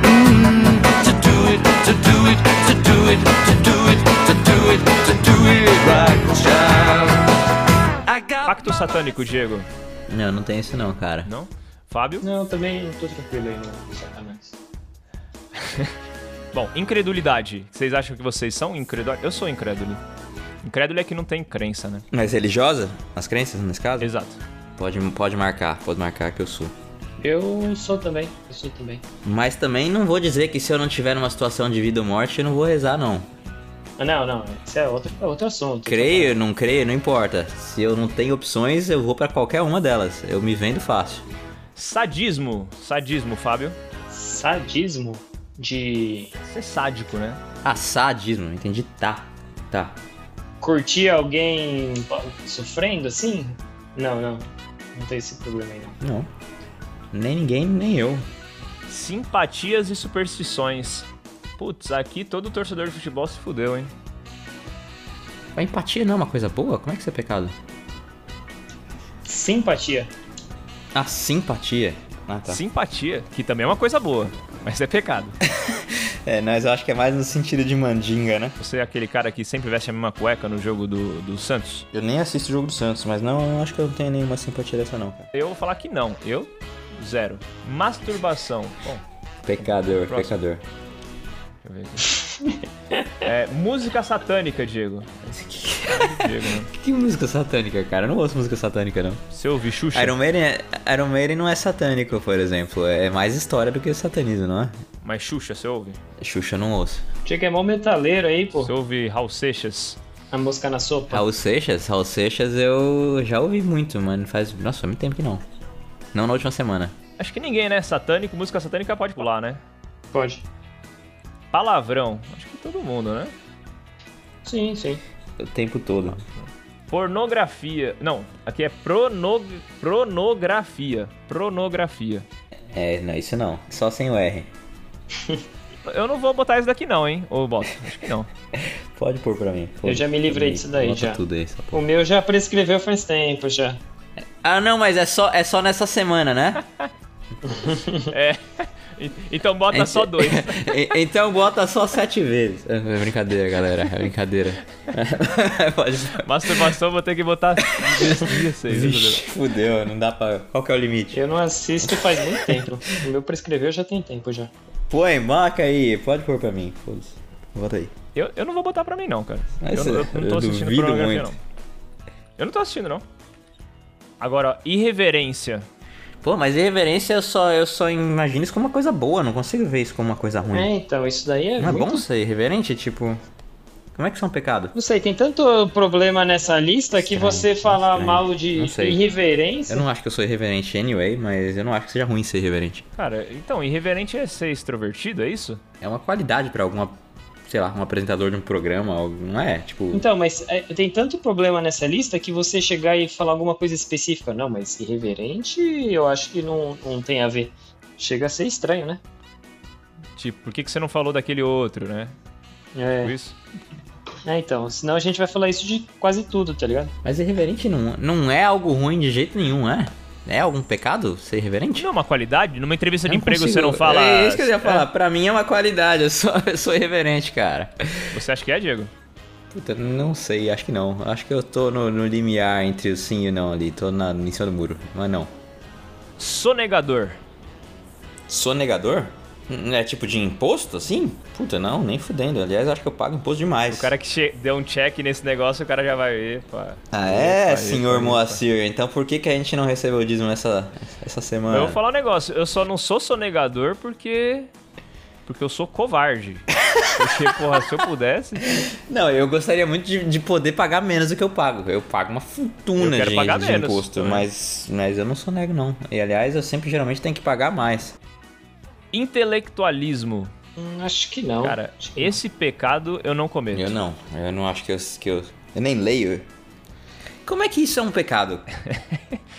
mm, to do it, to do it, to do it, to do it, to do it, to do it right, child. I got
Pacto satânico, Diego.
Não, não tem isso não, cara.
Não? Fábio?
Não, também eu tô tranquilo aí tá no Satanás.
Bom, incredulidade. Vocês acham que vocês são incrédulos? Eu sou incrédulo. Incrédulo é que não tem crença, né?
Mas religiosa? As crenças, nesse caso?
Exato.
Pode, pode marcar, pode marcar que eu sou.
Eu sou também, eu sou também.
Mas também não vou dizer que se eu não tiver numa situação de vida ou morte, eu não vou rezar, não.
Ah, não, não, isso é outro, é outro assunto.
Creio, não creio, não importa. Se eu não tenho opções, eu vou pra qualquer uma delas. Eu me vendo fácil.
Sadismo. Sadismo, Fábio.
Sadismo de
Você é sádico, né?
Ah, sadismo, entendi. Tá, tá.
curtir alguém sofrendo assim? Não, não. Não tem esse problema aí, não.
Não. Nem ninguém, nem eu.
Simpatias e superstições. Putz, aqui todo torcedor de futebol se fudeu, hein?
A empatia não é uma coisa boa? Como é que isso é pecado?
Simpatia.
Ah, simpatia. Ah, tá.
Simpatia, que também é uma coisa boa, mas é pecado.
É, mas eu acho que é mais no sentido de mandinga, né?
Você é aquele cara que sempre veste a mesma cueca no jogo do, do Santos?
Eu nem assisto o jogo do Santos, mas não acho que eu não tenho nenhuma simpatia dessa, não, cara.
Eu vou falar que não. Eu? Zero. Masturbação. Bom,
Pecador,
Próximo.
pecador.
Deixa eu ver [laughs] aqui. É, música satânica, Diego. Diego né?
Que tipo música satânica, cara? Eu não ouço música satânica, não.
Você ouve Xuxa?
Iron Maiden, é- Iron Maiden não é satânico, por exemplo. É mais história do que satanismo, não é?
Mas Xuxa, você ouve?
Xuxa eu não ouço.
Tinha que é mó metaleiro aí, pô.
Você ouve Raul Seixas?
A mosca na sopa.
Raul Seixas? Raul Seixas eu já ouvi muito, mano. Faz. Nossa, faz muito tempo que não. Não na última semana.
Acho que ninguém, né? Satânico, música satânica pode pular, né?
Pode.
Palavrão. Acho que todo mundo, né?
Sim, sim.
O tempo todo.
Pornografia. Não, aqui é pronog... pronografia. Pronografia.
É, não, isso não. Só sem o R.
Eu não vou botar isso daqui não, hein? Ou boto? Acho que não.
Pode pôr pra mim.
Eu já me livrei disso daí,
Bota
já.
tudo aí, essa porra.
O meu já prescreveu faz tempo já.
Ah, não, mas é só, é só nessa semana, [laughs] né?
É. [laughs] E- Então bota só
[laughs]
dois.
E- então bota só sete vezes. Tá É brincadeira, galera. É brincadeira. [laughs] Pode.
Masturbação, vou ter que botar 16.
Vixe, fudeu, não dá pra. Qual que é o limite?
Eu não assisto faz muito
[laughs]
tempo. O meu prescreveu já tem tempo já.
Põe, marca aí. Pode pôr pra mim. Foda-se. Bota aí.
Eu, eu não vou botar pra mim, não, cara.
Mas é,
eu, não- eu não tô
eu
assistindo
duvido
pornografia,
muito.
não. Eu não tô assistindo, não. Agora, ó, irreverência.
Pô, mas irreverência eu só, eu só imagino isso como uma coisa boa, não consigo ver isso como uma coisa ruim.
É, então, isso daí é.
não é
muito-
bom ser irreverente? Tipo. Como é que isso é um pecado?
Não sei, tem tanto problema nessa lista que
Estranho,
você falar
estranho.
mal
Não
de
sei.
irreverência.
Eu não acho que eu sou irreverente anyway, mas eu não acho que seja ruim ser irreverente.
Cara, então, irreverente é ser extrovertido, é isso?
É uma qualidade pra alguma. Sei lá, um apresentador de um programa, algo- não é? Tipo.
Então, mas é, tem tanto problema nessa lista que você chegar e falar alguma coisa específica. Não, mas irreverente eu acho que não, não tem a ver. Chega a ser estranho, né?
Tipo, por que, que você não falou daquele outro, né? Tipo
É.
isso?
É, então, senão a gente vai falar isso de quase tudo, tá ligado?
Mas irreverente não, não é algo ruim de jeito nenhum, é? É algum pecado ser irreverente?
Não é uma qualidade? Numa entrevista de
Eu
emprego você
consigo-
não fala.
É isso que eu ia falar. Pra mim é uma qualidade. Eu sou, [laughs] eu sou irreverente, cara.
Você acha que é, Diego?
Puta, não sei. Acho que não. Acho que eu tô no, no limiar entre o sim e o não ali. Tô na, em cima do muro. Mas não.
Sonegador.
Sou negador? Hum, É tipo de imposto, assim? Puta, não. Nem fudendo. Aliás, acho que eu pago imposto demais.
O cara que che- deu um check nesse negócio, o cara já vai ver. pá.
Ah, é,
Epa,
senhor
epa, epa.
Moacir. Então por que, que a gente não recebeu o dízimo essa, essa semana?
Eu vou falar um negócio, eu só não sou sonegador porque. Porque eu sou
[laughs]
covarde. Porque, porra, se eu pudesse,
Não, eu gostaria muito de, de poder pagar menos do que eu pago. Eu pago uma
Eu
fortuna
quero
de,
pagar
de
menos é.
imposto,
também.
mas, mas eu não sou nego, não. E aliás, eu sempre geralmente tenho que pagar mais.
intelectualismo.
Hum, acho que não.
Cara,
Acho que não.
esse pecado eu não cometo.
Eu não, eu não acho que eu. Que eu, eu nem leio. Como é que isso é um [laughs] pecado?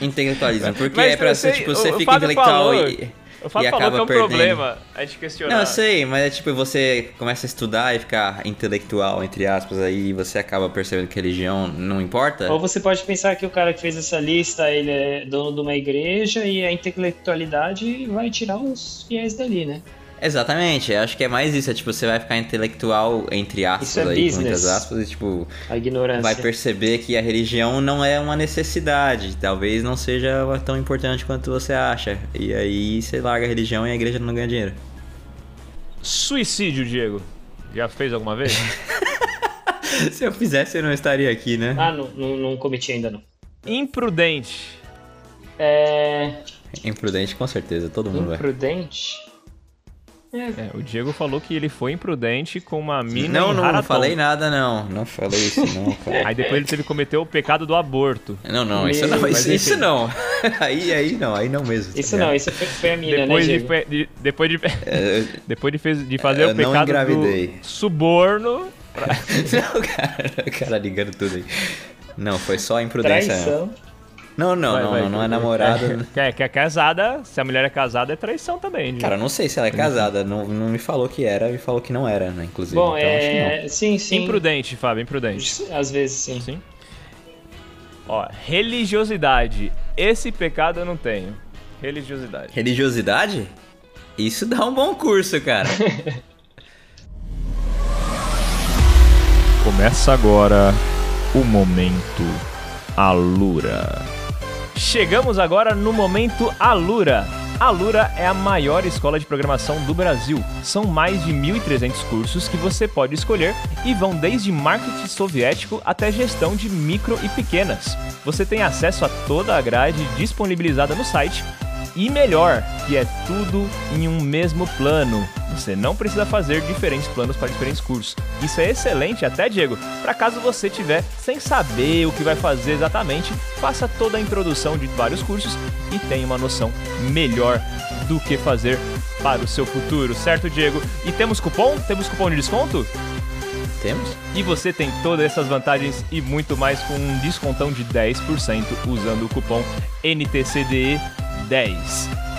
Intelectualismo. Porque
Mas
é pra
eu
ser,
sei,
tipo,
o-
você
o
fica
Fábio
intelectual
falou.
e.
O Fábio
e
falou
acaba
que é um
perdendo.
problema a gente questionar.
Não, eu sei, mas é tipo, você começa a estudar e ficar intelectual, entre aspas, aí e você acaba percebendo que religião não importa.
Ou você pode pensar que o cara que fez essa lista, ele é dono de uma igreja e a intelectualidade vai tirar os fiéis dali, né?
Exatamente, eu acho que é mais isso, é tipo, você vai ficar intelectual, entre aspas,
Isso é
aí, com
business.
muitas aspas, e tipo,
A ignorância.
vai perceber que a religião não é uma necessidade, talvez não seja tão importante quanto você acha, e aí você larga a religião e a igreja não ganha dinheiro. [laughs]
Suicídio, Diego. Já fez alguma
[laughs]
vez?
Se eu fizesse, eu não estaria aqui, né?
Ah, não, não, não cometi ainda não.
Imprudente.
É.
Imprudente, com certeza, todo mundo vai.
Imprudente? É,
É, o Diego falou que ele foi imprudente com uma mina
Não,
em
não, não
Haratom.
falei nada, não, não falei isso,
[laughs]
não, cara.
Aí depois ele teve que cometer o pecado do aborto.
Não, não, isso
Meu,
não,
mas
isso, isso
enfim.
não. [laughs] Aí, aí não, aí não mesmo. tá
isso não,
ligado?
isso foi, foi a mina,
Depois,
né,
de,
Diego?
fe- de- depois de
[laughs] É, eu-
depois de, fez- de fazer
Eu
o
não
pecado
engravidei.
do suborno,
Não, cara, o cara ligando tudo aí. Não, foi só imprudência. né? mesmo.
Traição.
Não, não,
Vai,
não,
vai,
não, não é
vai.
[laughs]
namorado.
que é, que é casada, se a mulher é casada é traição também. Diego.
Cara, eu não sei se ela é casada, não, não me falou que era, me falou que não era, né, inclusive.
Bom,
então, acho que não.
é. Sim, sim.
imprudente, Fábio, imprudente.
Às vezes sim.
Sim. Ó, religiosidade. Esse pecado eu não tenho. Religiosidade.
Religiosidade? Isso dá um bom curso,
[laughs]
cara.
Começa agora o momento Alura. Chegamos agora no momento Alura. A Alura é a maior escola de programação do Brasil. São mais de 1.300 cursos que você pode escolher e vão desde marketing soviético até gestão de micro e pequenas. Você tem acesso a toda a grade disponibilizada no site e melhor, que é tudo em um mesmo plano. Você não precisa fazer diferentes planos para diferentes cursos. Isso é excelente, até Diego, para caso você tiver sem saber o que vai fazer exatamente, faça toda a introdução de vários cursos e tenha uma noção melhor do que fazer para o seu futuro, certo, Diego? E temos cupom? Temos cupom de desconto?
Temos?
E você tem todas essas vantagens e muito mais com um descontão de 10% usando o cupom NTCDE10.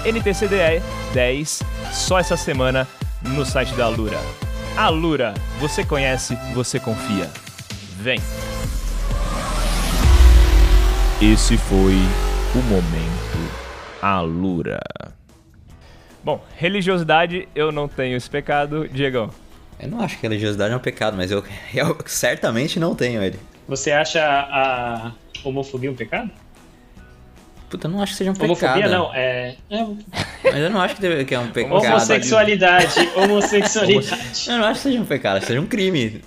NTCDE10 só essa semana no site da Alura. Alura, você conhece, você confia. Vem! Esse foi o momento Alura. Bom, religiosidade eu não tenho esse pecado, Diegão.
Eu não acho que religiosidade é um pecado, mas eu, eu certamente não tenho ele.
Você acha a homofobia um pecado?
Puta, eu não acho que seja um pecado.
Homofobia não, é. é
Mas eu não acho que deve- que é um pecado. [laughs]
homossexualidade. Homossexualidade.
Eu não acho que seja um pecado, seja um crime.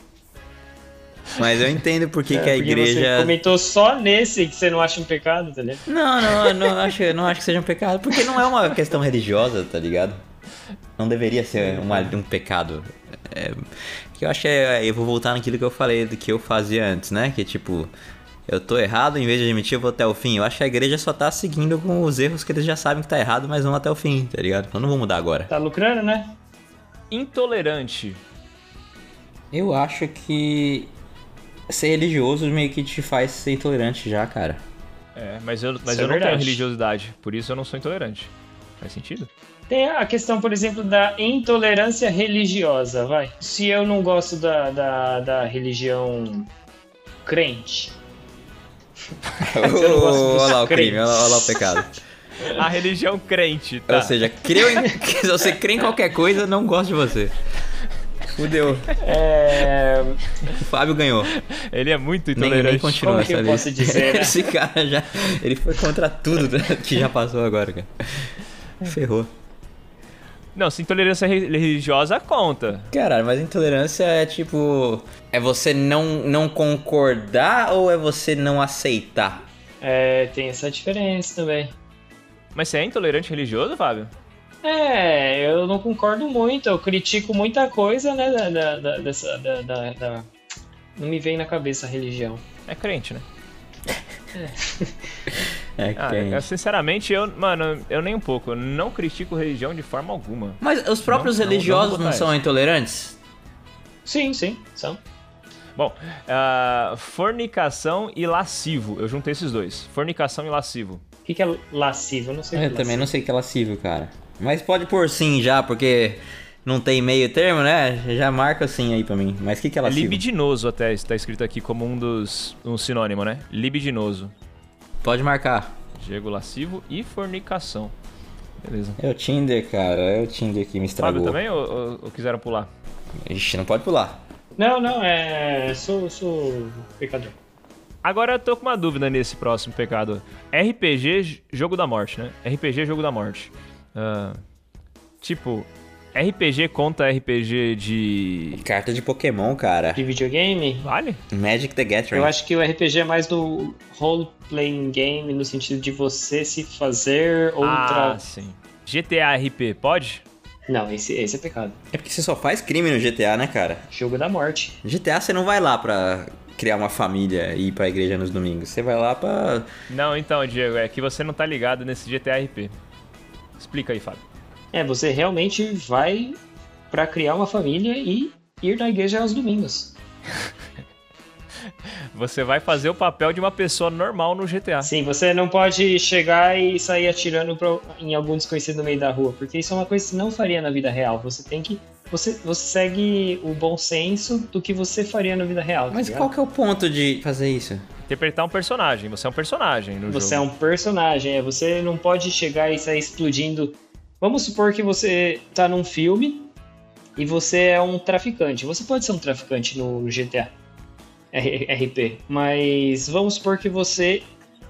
Mas eu entendo por que, que a
É, Porque
igreja.
Você comentou só nesse que você não acha um pecado, tá ligado?
Não, não, eu não acho, eu não acho que seja um pecado, porque não é uma questão religiosa, tá ligado? Não deveria ser uma- um pecado. É, que eu acho que é, eu vou voltar naquilo que eu falei do que eu fazia antes, né? Que tipo, eu tô errado, em vez de admitir, eu vou até o fim. Eu acho que a igreja só tá seguindo com os erros que eles já sabem que tá errado, mas vão até o fim, tá ligado? Eu não vou mudar agora.
Tá lucrando, né?
Intolerante.
Eu acho que ser religioso meio que te faz ser intolerante já, [laughs] cara.
É, mas eu, mas
Isso é
eu não tenho
verdade.
religiosidade, por isso eu não sou intolerante. Faz sentido?
Tem a questão, por exemplo, da intolerância religiosa, vai. Se eu não gosto da, da, da religião crente, eu não gosto dos
Olha lá o crime,
crentes.
olha lá o pecado.
[laughs] A religião crente, tá?
Ou seja, creu em... [laughs] se você crê em qualquer coisa, não gosto de você. Fudeu.
é...
O Fábio ganhou.
Ele é muito
Nem, nem
intolerante.
continua
Como que eu
essa
posso
lista.
dizer, né?
[laughs] Esse cara já. Ele foi contra tudo [laughs] que já passou agora, cara. Ferrou.
não, se intolerância re- religiosa conta.
Caralho, mas intolerância é tipo. É você não, não concordar ou é você não aceitar?
é, tem essa diferença também.
Mas você é intolerante religioso, Fábio?
É, eu não concordo muito, eu critico muita coisa, né, da, da, da- dessa, da, da- da- Não me vem na cabeça a religião.
É crente, né?
É,
Ah,
quem?
eu- sinceramente, eu, mano, eu nem um pouco. Eu não critico religião de forma alguma.
Mas os próprios
Não, não,
religiosos
vamos
não,
botar
são intolerantes?
Sim, sim, são.
Bom, ah, fornicação e lascivo. Eu juntei esses dois. Fornicação e lascivo.
O que, que é lascivo? Eu não sei o que é
Eu também
lascivo.
não sei que é lascivo, cara. Mas pode pôr sim já, porque não tem meio termo, né? Já marca o sim aí pra mim. Mas o que, que é
É
lascivo?
libidinoso até está escrito aqui como um dos um sinônimo, né? Libidinoso.
Pode marcar.
Diego lascivo e fornicação. Beleza.
É o Tinder, cara. É o Tinder que me
Fábio
estragou.
também ou, ou- ou quiseram pular?
Ixi, não pode pular.
Não, não, é. Sou, sou pecador.
Agora eu tô com uma dúvida nesse próximo pecado. RPG, j- jogo da morte, né? RPG, jogo da morte. Ah, tipo, RPG conta RPG de.
Carta de Pokémon, cara.
De videogame?
Vale?
Magic the Gathering.
Eu acho que o RPG é mais do role-playing game, no sentido de você se fazer outra.
Ah, sim. GTA RP, pode?
Não, esse, esse é pecado.
É porque você só faz crime no GTA, né, cara?
Jogo da morte.
GTA você não vai lá pra criar uma família e ir pra igreja nos domingos. Você vai lá pra.
Não, então, Diego, é que você não tá ligado nesse GTA RP. Explica aí, Fábio.
É, você realmente vai pra criar uma família e ir na igreja aos domingos.
Você vai fazer o papel de uma pessoa normal no GTA.
Sim, você não pode chegar e sair atirando pra- em algum desconhecido no meio da rua, porque isso é uma coisa que você não faria na vida real. Você tem que. Você, você segue o bom senso do que você faria na vida real. tá
Mas
ligado?
qual que é o ponto de fazer isso?
Interpretar um personagem. Você é um personagem no
Você é
jogo.
um personagem, é, você não pode chegar e sair explodindo. Vamos supor que você tá num filme e você é um traficante. Você pode ser um traficante no GTA R- RP, mas vamos supor que você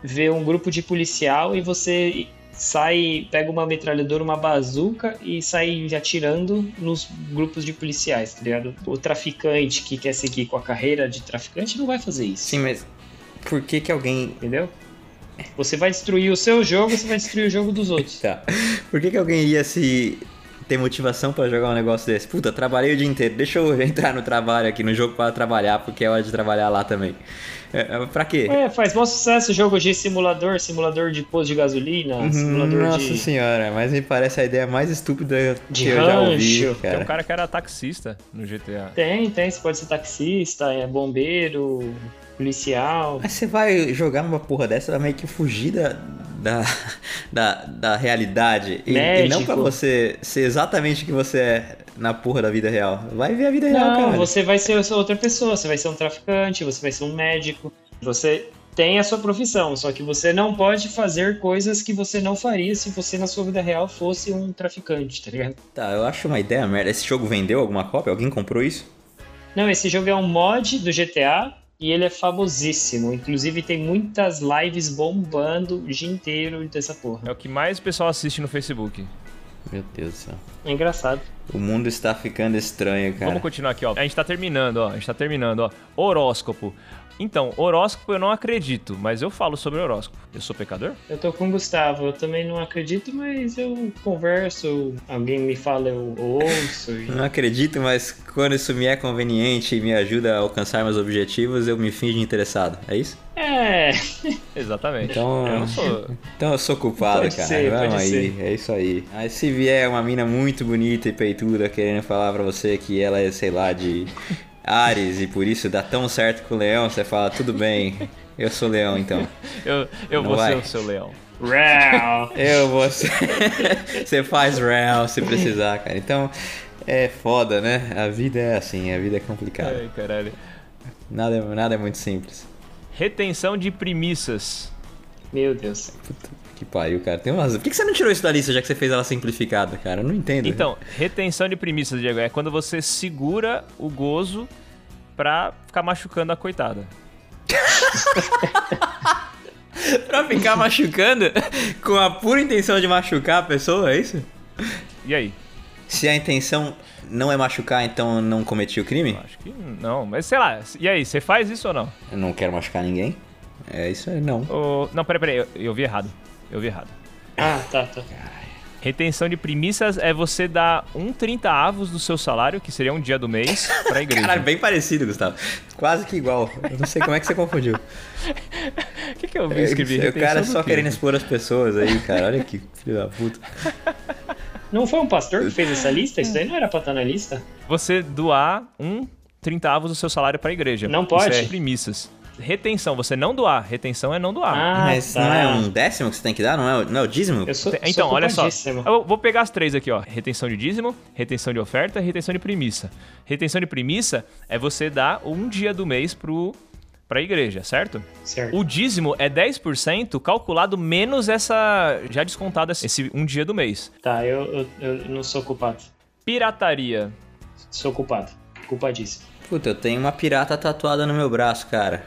vê um grupo de policial e você sai, pega uma metralhadora, uma bazuca e sai atirando nos grupos de policiais, tá ligado? O traficante que quer seguir com a carreira de traficante não vai fazer isso,
Sim, mas. Por que que alguém
entendeu? Você vai destruir o seu jogo, você vai destruir o jogo dos outros.
Tá. Por que, que alguém ia se ter motivação pra jogar um negócio desse? Puta, trabalhei o dia inteiro. Deixa eu [laughs] entrar no trabalho aqui, no jogo para trabalhar, porque é hora de trabalhar lá também. É, é, pra quê?
É, faz bom sucesso jogo de simulador, simulador de posto de gasolina, simulador
Uhum, Nossa
de,
senhora, mas me parece a ideia mais estúpida
De
que eu já ouvi,
rancho.
Tem
é
um
cara.
cara que era taxista no GTA.
Tem, tem. Você pode ser taxista, é bombeiro, policial.
Mas você vai jogar numa porra dessa, vai meio que fugir da, da, [laughs] da, da realidade. E, e não
Médico.
pra você ser exatamente o que você é na porra da vida real. Vai ver a vida real,
Não,
cara.
você vai ser essa outra pessoa. Você vai ser um traficante, você vai ser um médico. Você tem a sua profissão, só que você não pode fazer coisas que você não faria se você na sua vida real fosse um traficante, tá ligado?
Tá, eu acho uma ideia merda. Esse jogo vendeu alguma cópia? Alguém comprou isso?
Não, esse jogo é um mod do GTA e ele é famosíssimo. Inclusive tem muitas lives bombando o dia inteiro dessa porra.
É o que mais o pessoal assiste no Facebook.
Meu Deus do céu.
É engraçado.
O mundo está ficando estranho, cara.
Vamos continuar aqui, ó. A gente tá terminando, ó. A gente tá terminando, ó. Horóscopo. Então, horóscopo eu não acredito, mas eu falo sobre horóscopo. Eu sou pecador?
Eu tô com o Gustavo, eu também não acredito, mas eu converso, alguém me fala, eu ouço.
[laughs]
e-
Não acredito, mas quando isso me é conveniente e me ajuda a alcançar meus objetivos, eu me finjo interessado. É isso?
É,
Exatamente.
Então-
Eu não sou.
Então eu sou culpado,
Pode
cara.
ser,
Vamos
pode
aí,
ser.
é isso aí. Aí se vier uma mina muito bonita e peituda querendo falar pra você que ela é, sei lá, de Ares e por isso dá tão certo com o leão, você fala, tudo bem, eu sou leão então.
Eu, eu
Não
vou
vai.
ser o seu leão.
real.
Eu vou ser. [laughs] você faz real se precisar, cara. Então é foda, né? A vida é assim, a vida é complicada.
Ai, caralho.
Nada, nada é muito simples.
Retenção de premissas.
Meu Deus.
Que pariu, cara. Tem umas... Por que que você não tirou isso da lista já que você fez ela simplificada, cara? Eu não entendo. [laughs]
Então, retenção de premissas, Diego, é quando você segura o gozo pra ficar machucando a coitada.
Pra ficar machucando? [laughs] Com a pura intenção de machucar a pessoa, é isso?
E aí?
Se a intenção não é machucar, então eu não cometi o crime?
Acho que não, mas sei lá. E aí, você faz isso ou não?
Eu não quero machucar ninguém. É isso aí, não.
Ou- Não, peraí, peraí, eu, eu vi errado. Eu vi errado.
Ah, tá, tá.
Retenção de premissas é você dar um 30 avos do seu salário, que seria um dia do mês, pra igreja.
Caralho, bem parecido, Gustavo. Quase que igual. Eu não sei como é que você confundiu.
o É que, que eu vi escrever?
É, o cara
Retenção
só
do quê?
querendo expor as pessoas aí, cara. Olha que filho da puta.
Não foi um pastor que fez essa lista? Isso daí não era pra estar na lista?
Você doar um 30 avos do seu salário pra igreja.
Não pode.
Isso é premissas. Retenção, você não doar. Retenção é não doar.
Ah,
Mas não é um décimo que você tem que dar? Não é, o- não é o dízimo?
Eu sou,
Te-
sou
Então, olha só.
culpadíssimo.
Eu vou pegar as três aqui, ó. Retenção de dízimo, retenção de oferta e retenção de premissa. Retenção de premissa é você dar um dia do mês pro, pra igreja, certo?
Certo.
O dízimo é 10% calculado menos essa. já descontado esse um dia do mês.
Tá, eu, eu, eu não sou culpado.
Pirataria.
Sou culpado. Culpadíssimo.
Puta, eu tenho uma pirata tatuada no meu braço, cara.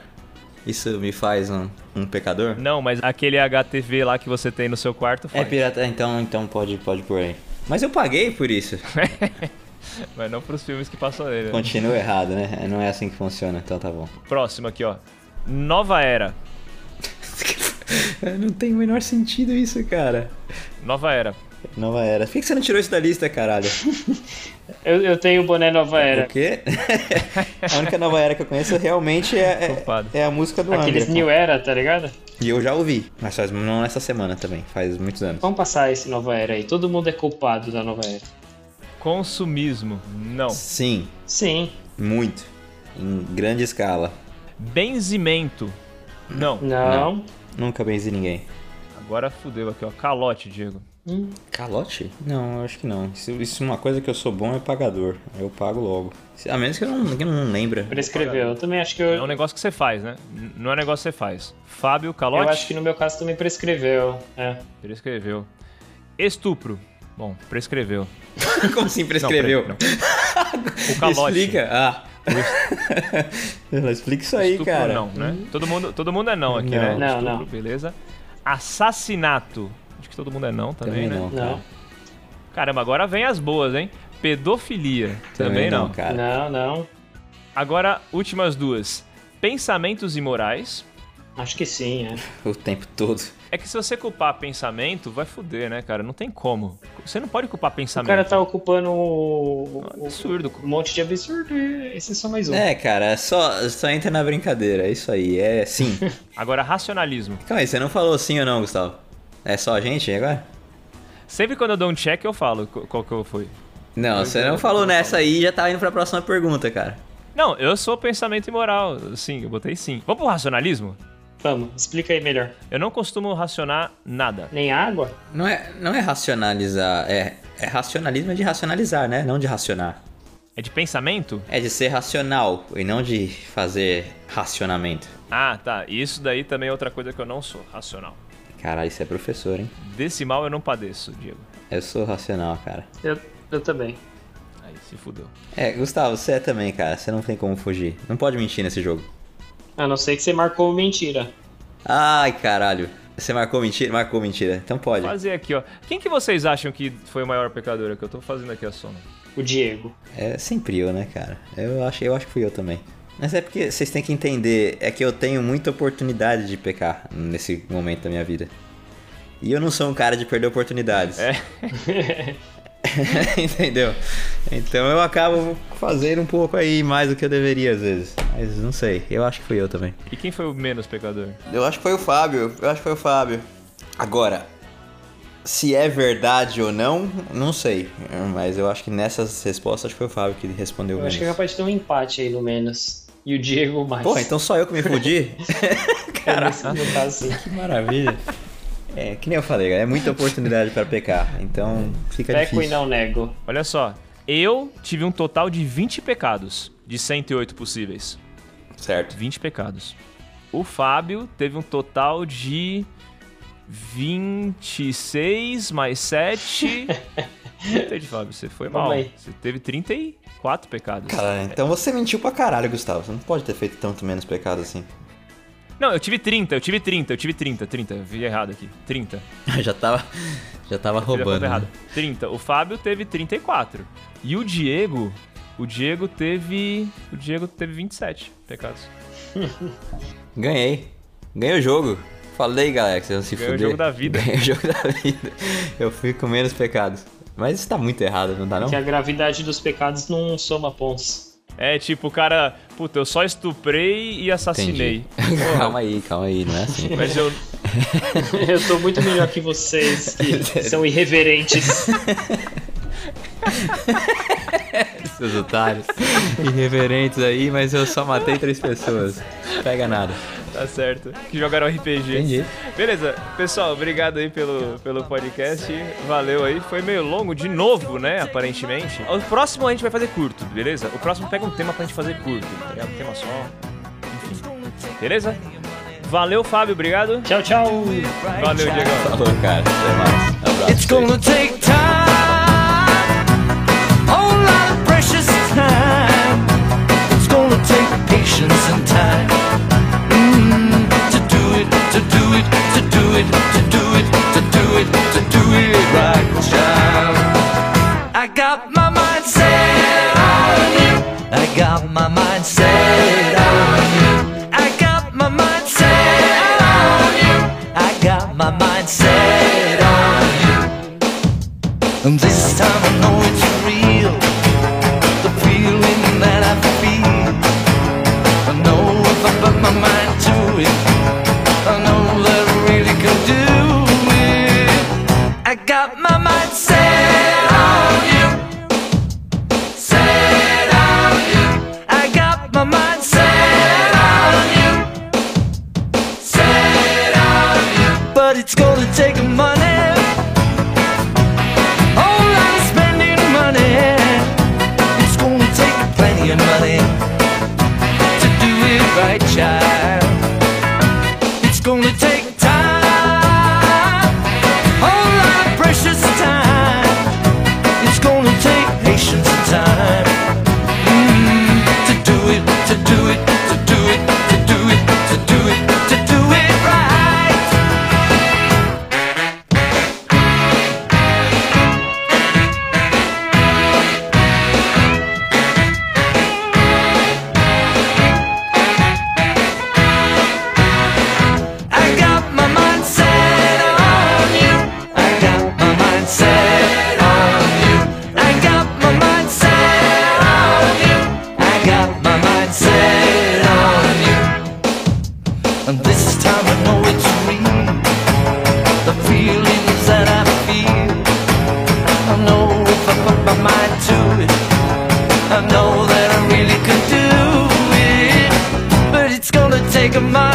Isso me faz um, um pecador?
Não, mas aquele HTV lá que você tem no seu quarto
É
faz.
pirata, então, então pode, pode pôr aí. Mas eu paguei por [laughs] isso.
Mas não pros filmes que passam nele. né?
Continua errado, né? Não é assim que funciona, então tá bom.
Próximo aqui, ó. Nova Era.
[laughs] não tem o menor sentido isso, cara.
Nova Era.
Nova era. Por que que você não tirou isso da lista, caralho?
Eu, eu tenho o boné Nova Era.
É Porque [laughs] a única nova era que eu conheço realmente é,
Culpado.
é, é a música do
Aqueles
Angra.
New Era, tá ligado?
E eu já ouvi, mas faz não essa semana também, faz muitos anos.
Vamos passar esse Nova Era aí. Todo mundo é culpado da Nova Era.
Consumismo. Não.
Sim,
Sim.
muito. Em grande escala.
Benzimento. Não.
Não.
Nunca benzi ninguém.
Agora fudeu aqui, ó. Calote, Diego.
Hum,
Calote? Não, eu acho que não. Isso, isso é uma coisa que eu sou bom é pagador. Eu pago logo. A menos que eu não, que eu não lembre.
prescreveu. Eu também acho que
É
eu,
um negócio que você faz, né? N- Não é um negócio que você faz. Fábio Calote.
eu acho que no meu caso também prescreveu. É.
Prescreveu. Estupro. Bom, prescreveu.
[laughs] Como assim
Não, peraí,
[laughs] prescreveu?
não. O calote.
Explica. Ah. Ela [laughs] explica isso aí,
Estupro
cara. Hum.
não, né? Todo mundo, todo mundo é não aqui, né?
Não.
Não,
Estupro,
não.
beleza. Assassinato. Acho que todo mundo é não também,
Também
né?
não.
Não.
Caramba, agora vem as boas, hein? Pedofilia. Também, não.
cara.
Não, não.
Agora, últimas duas. Pensamentos imorais.
Acho que sim, é.
o tempo todo.
É que se você culpar pensamento, vai fuder, né, cara? Não tem como. Você não pode culpar
O
pensamento.
cara tá ocupando o-
tá-
É um
o-
absurdo.
um monte de absurdo e esse é só mais um.
É, cara, só, só entra na brincadeira, é isso aí, é
[laughs]
sim.
Agora, racionalismo.
Calma aí, você não falou sim ou não, Gustavo? É só a gente agora?
Sempre quando eu dou um check, eu falo qu- qual que eu fui.
Não, você não falou nessa aí e já tá indo pra próxima pergunta, cara.
Não, eu sou pensamento imoral. Sim, eu botei sim. Vamos pro racionalismo?
Vamos, explica aí melhor.
Eu não costumo racionar nada.
Nem água?
Não é, não é racionalizar, é, é racionalismo é de racionalizar, né? Não de racionar.
É de pensamento?
É de ser racional e não de fazer racionamento.
Ah, tá. Isso daí também é outra coisa que eu não sou racional.
Caralho, você é professor, hein?
Desse mal eu não padeço, Diego.
Eu sou racional, cara.
Eu, eu também.
Aí, se fudeu.
É, Gustavo, você é também, cara. Você não tem como fugir. Não pode mentir nesse jogo.
A não ser que você marcou mentira.
Ai, caralho. Você marcou mentira? Marcou mentira. Então pode.
Fazer aqui, ó. Quem que vocês acham que foi o maior pecador? Que eu tô fazendo aqui a soma.
O Diego.
É sempre eu, né, cara? Eu acho, eu acho que fui eu também. Mas é porque vocês têm que entender, é que eu tenho muita oportunidade de pecar nesse momento da minha vida. E eu não sou um cara de perder oportunidades.
É.
[laughs] Entendeu? Então eu acabo fazendo um pouco aí mais do que eu deveria às vezes. Mas não sei, eu acho que fui eu também.
E quem foi o menos pecador?
Eu acho que foi o Fábio. Eu acho que foi o Fábio. Agora, se é verdade ou não, não sei. Mas eu acho que nessas respostas acho que foi o Fábio que respondeu
Eu
menos.
acho que é capaz de ter um empate aí no menos. E o Diego mais.
Porra, então só eu que me fudi?
Cara, não tá assim.
[laughs] que maravilha. É, que nem eu falei, galera, é muita oportunidade pra pecar. Então fica
Peco e
difícil.
não nego.
Olha só. Eu tive um total de 20 pecados, de 108 possíveis.
Certo.
20 pecados. O Fábio teve um total de 26 mais 7. Eita, de Fábio, você foi mal.
Vamos aí.
Você teve 34 pecados.
Cara, então você mentiu pra caralho, Gustavo. Você não pode ter feito tanto menos pecado assim.
Não, eu tive 30, eu tive 30, eu tive 30, 30. Vi errado aqui. 30.
[laughs] já tava. Já tava
Fiz a
roubando.
conta
né?
errada. 30. O Fábio teve 34. E o Diego, o Diego teve, o Diego teve 27 pecados.
Ganhei. Ganhei o jogo. Falei, galera, que vocês vão se
Ganhou o
fuder.
jogo da vida.
Ganhei o jogo da vida. Eu fui com menos pecados. Mas isso tá muito errado, não tá não?
Que a gravidade dos pecados não soma pontos.
É tipo, o cara, puta, eu só estuprei e assassinei. Porra,
[laughs] calma aí, calma aí, não é assim.
Mas eu,
Eu sou muito melhor que vocês,
[laughs]
que são irreverentes.
Seus otários. Irreverentes aí, mas eu só matei três pessoas. Pega nada.
Tá certo. Que jogaram RPG.
Entendi.
Beleza. Pessoal, obrigado aí pelo, pelo podcast. Valeu aí. Foi meio longo de novo, né? Aparentemente. O próximo a gente vai fazer curto, beleza? O próximo pega um tema pra gente fazer curto. Tá ligado? Um tema só. Enfim. Beleza? Valeu, Fábio. Obrigado.
Tchau, tchau.
Valeu, Diego.
Falou, um cara. Até mais. Abraço.
It's gonna take time, a whole lot of precious time. It's gonna take patience and time Mm, to do it, to do it, to do it, to do it, to do it, to do it right, child. I got my mind set on you. I got my mind set on you. I got my mind set on you. I got my mind set on you. And this time I know it's real. The feeling that I feel. I know if I put my mind to it, I know that I really can do it. I got my mind set on you. Set on you. I got my mind set on you. Set on you. But it's gonna take money. All I'm spending money. It's gonna take plenty of money to do it right, child. It's gonna take time, all our precious time. It's gonna take patience and time Mm, to do it, to do it, to do it, to do it, to do it, to do it right. of my